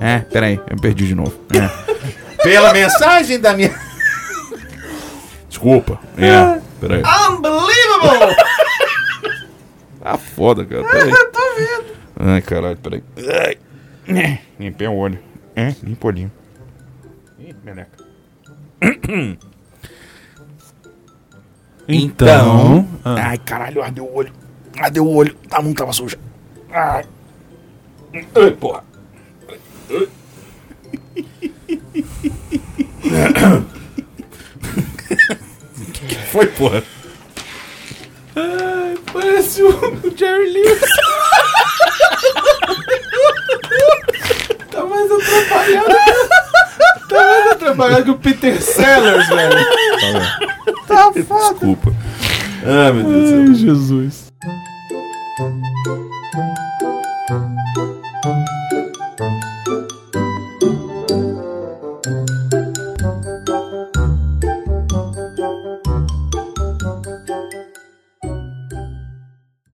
S6: É, peraí, eu me perdi de novo. É.
S3: Pela mensagem da minha.
S6: Desculpa. É, peraí.
S1: Unbelievable!
S6: Tá foda, cara. Peraí. tô vendo. Ai, caralho, peraí. Ai. É, Limpei o olho. É, limpo o olhinho. Ih, meleca.
S1: Então.
S6: Ai, caralho, ardeu o olho. Ardeu o olho. A mão tava suja. Ai. Ai, porra.
S3: foi, porra?
S14: Parece o o Jerry Lewis. tá mais atrapalhado. que- Tá mais atrapalhado que o Peter Sellers, velho.
S3: Desculpa. Ah, meu Deus do céu.
S6: Ai, Jesus.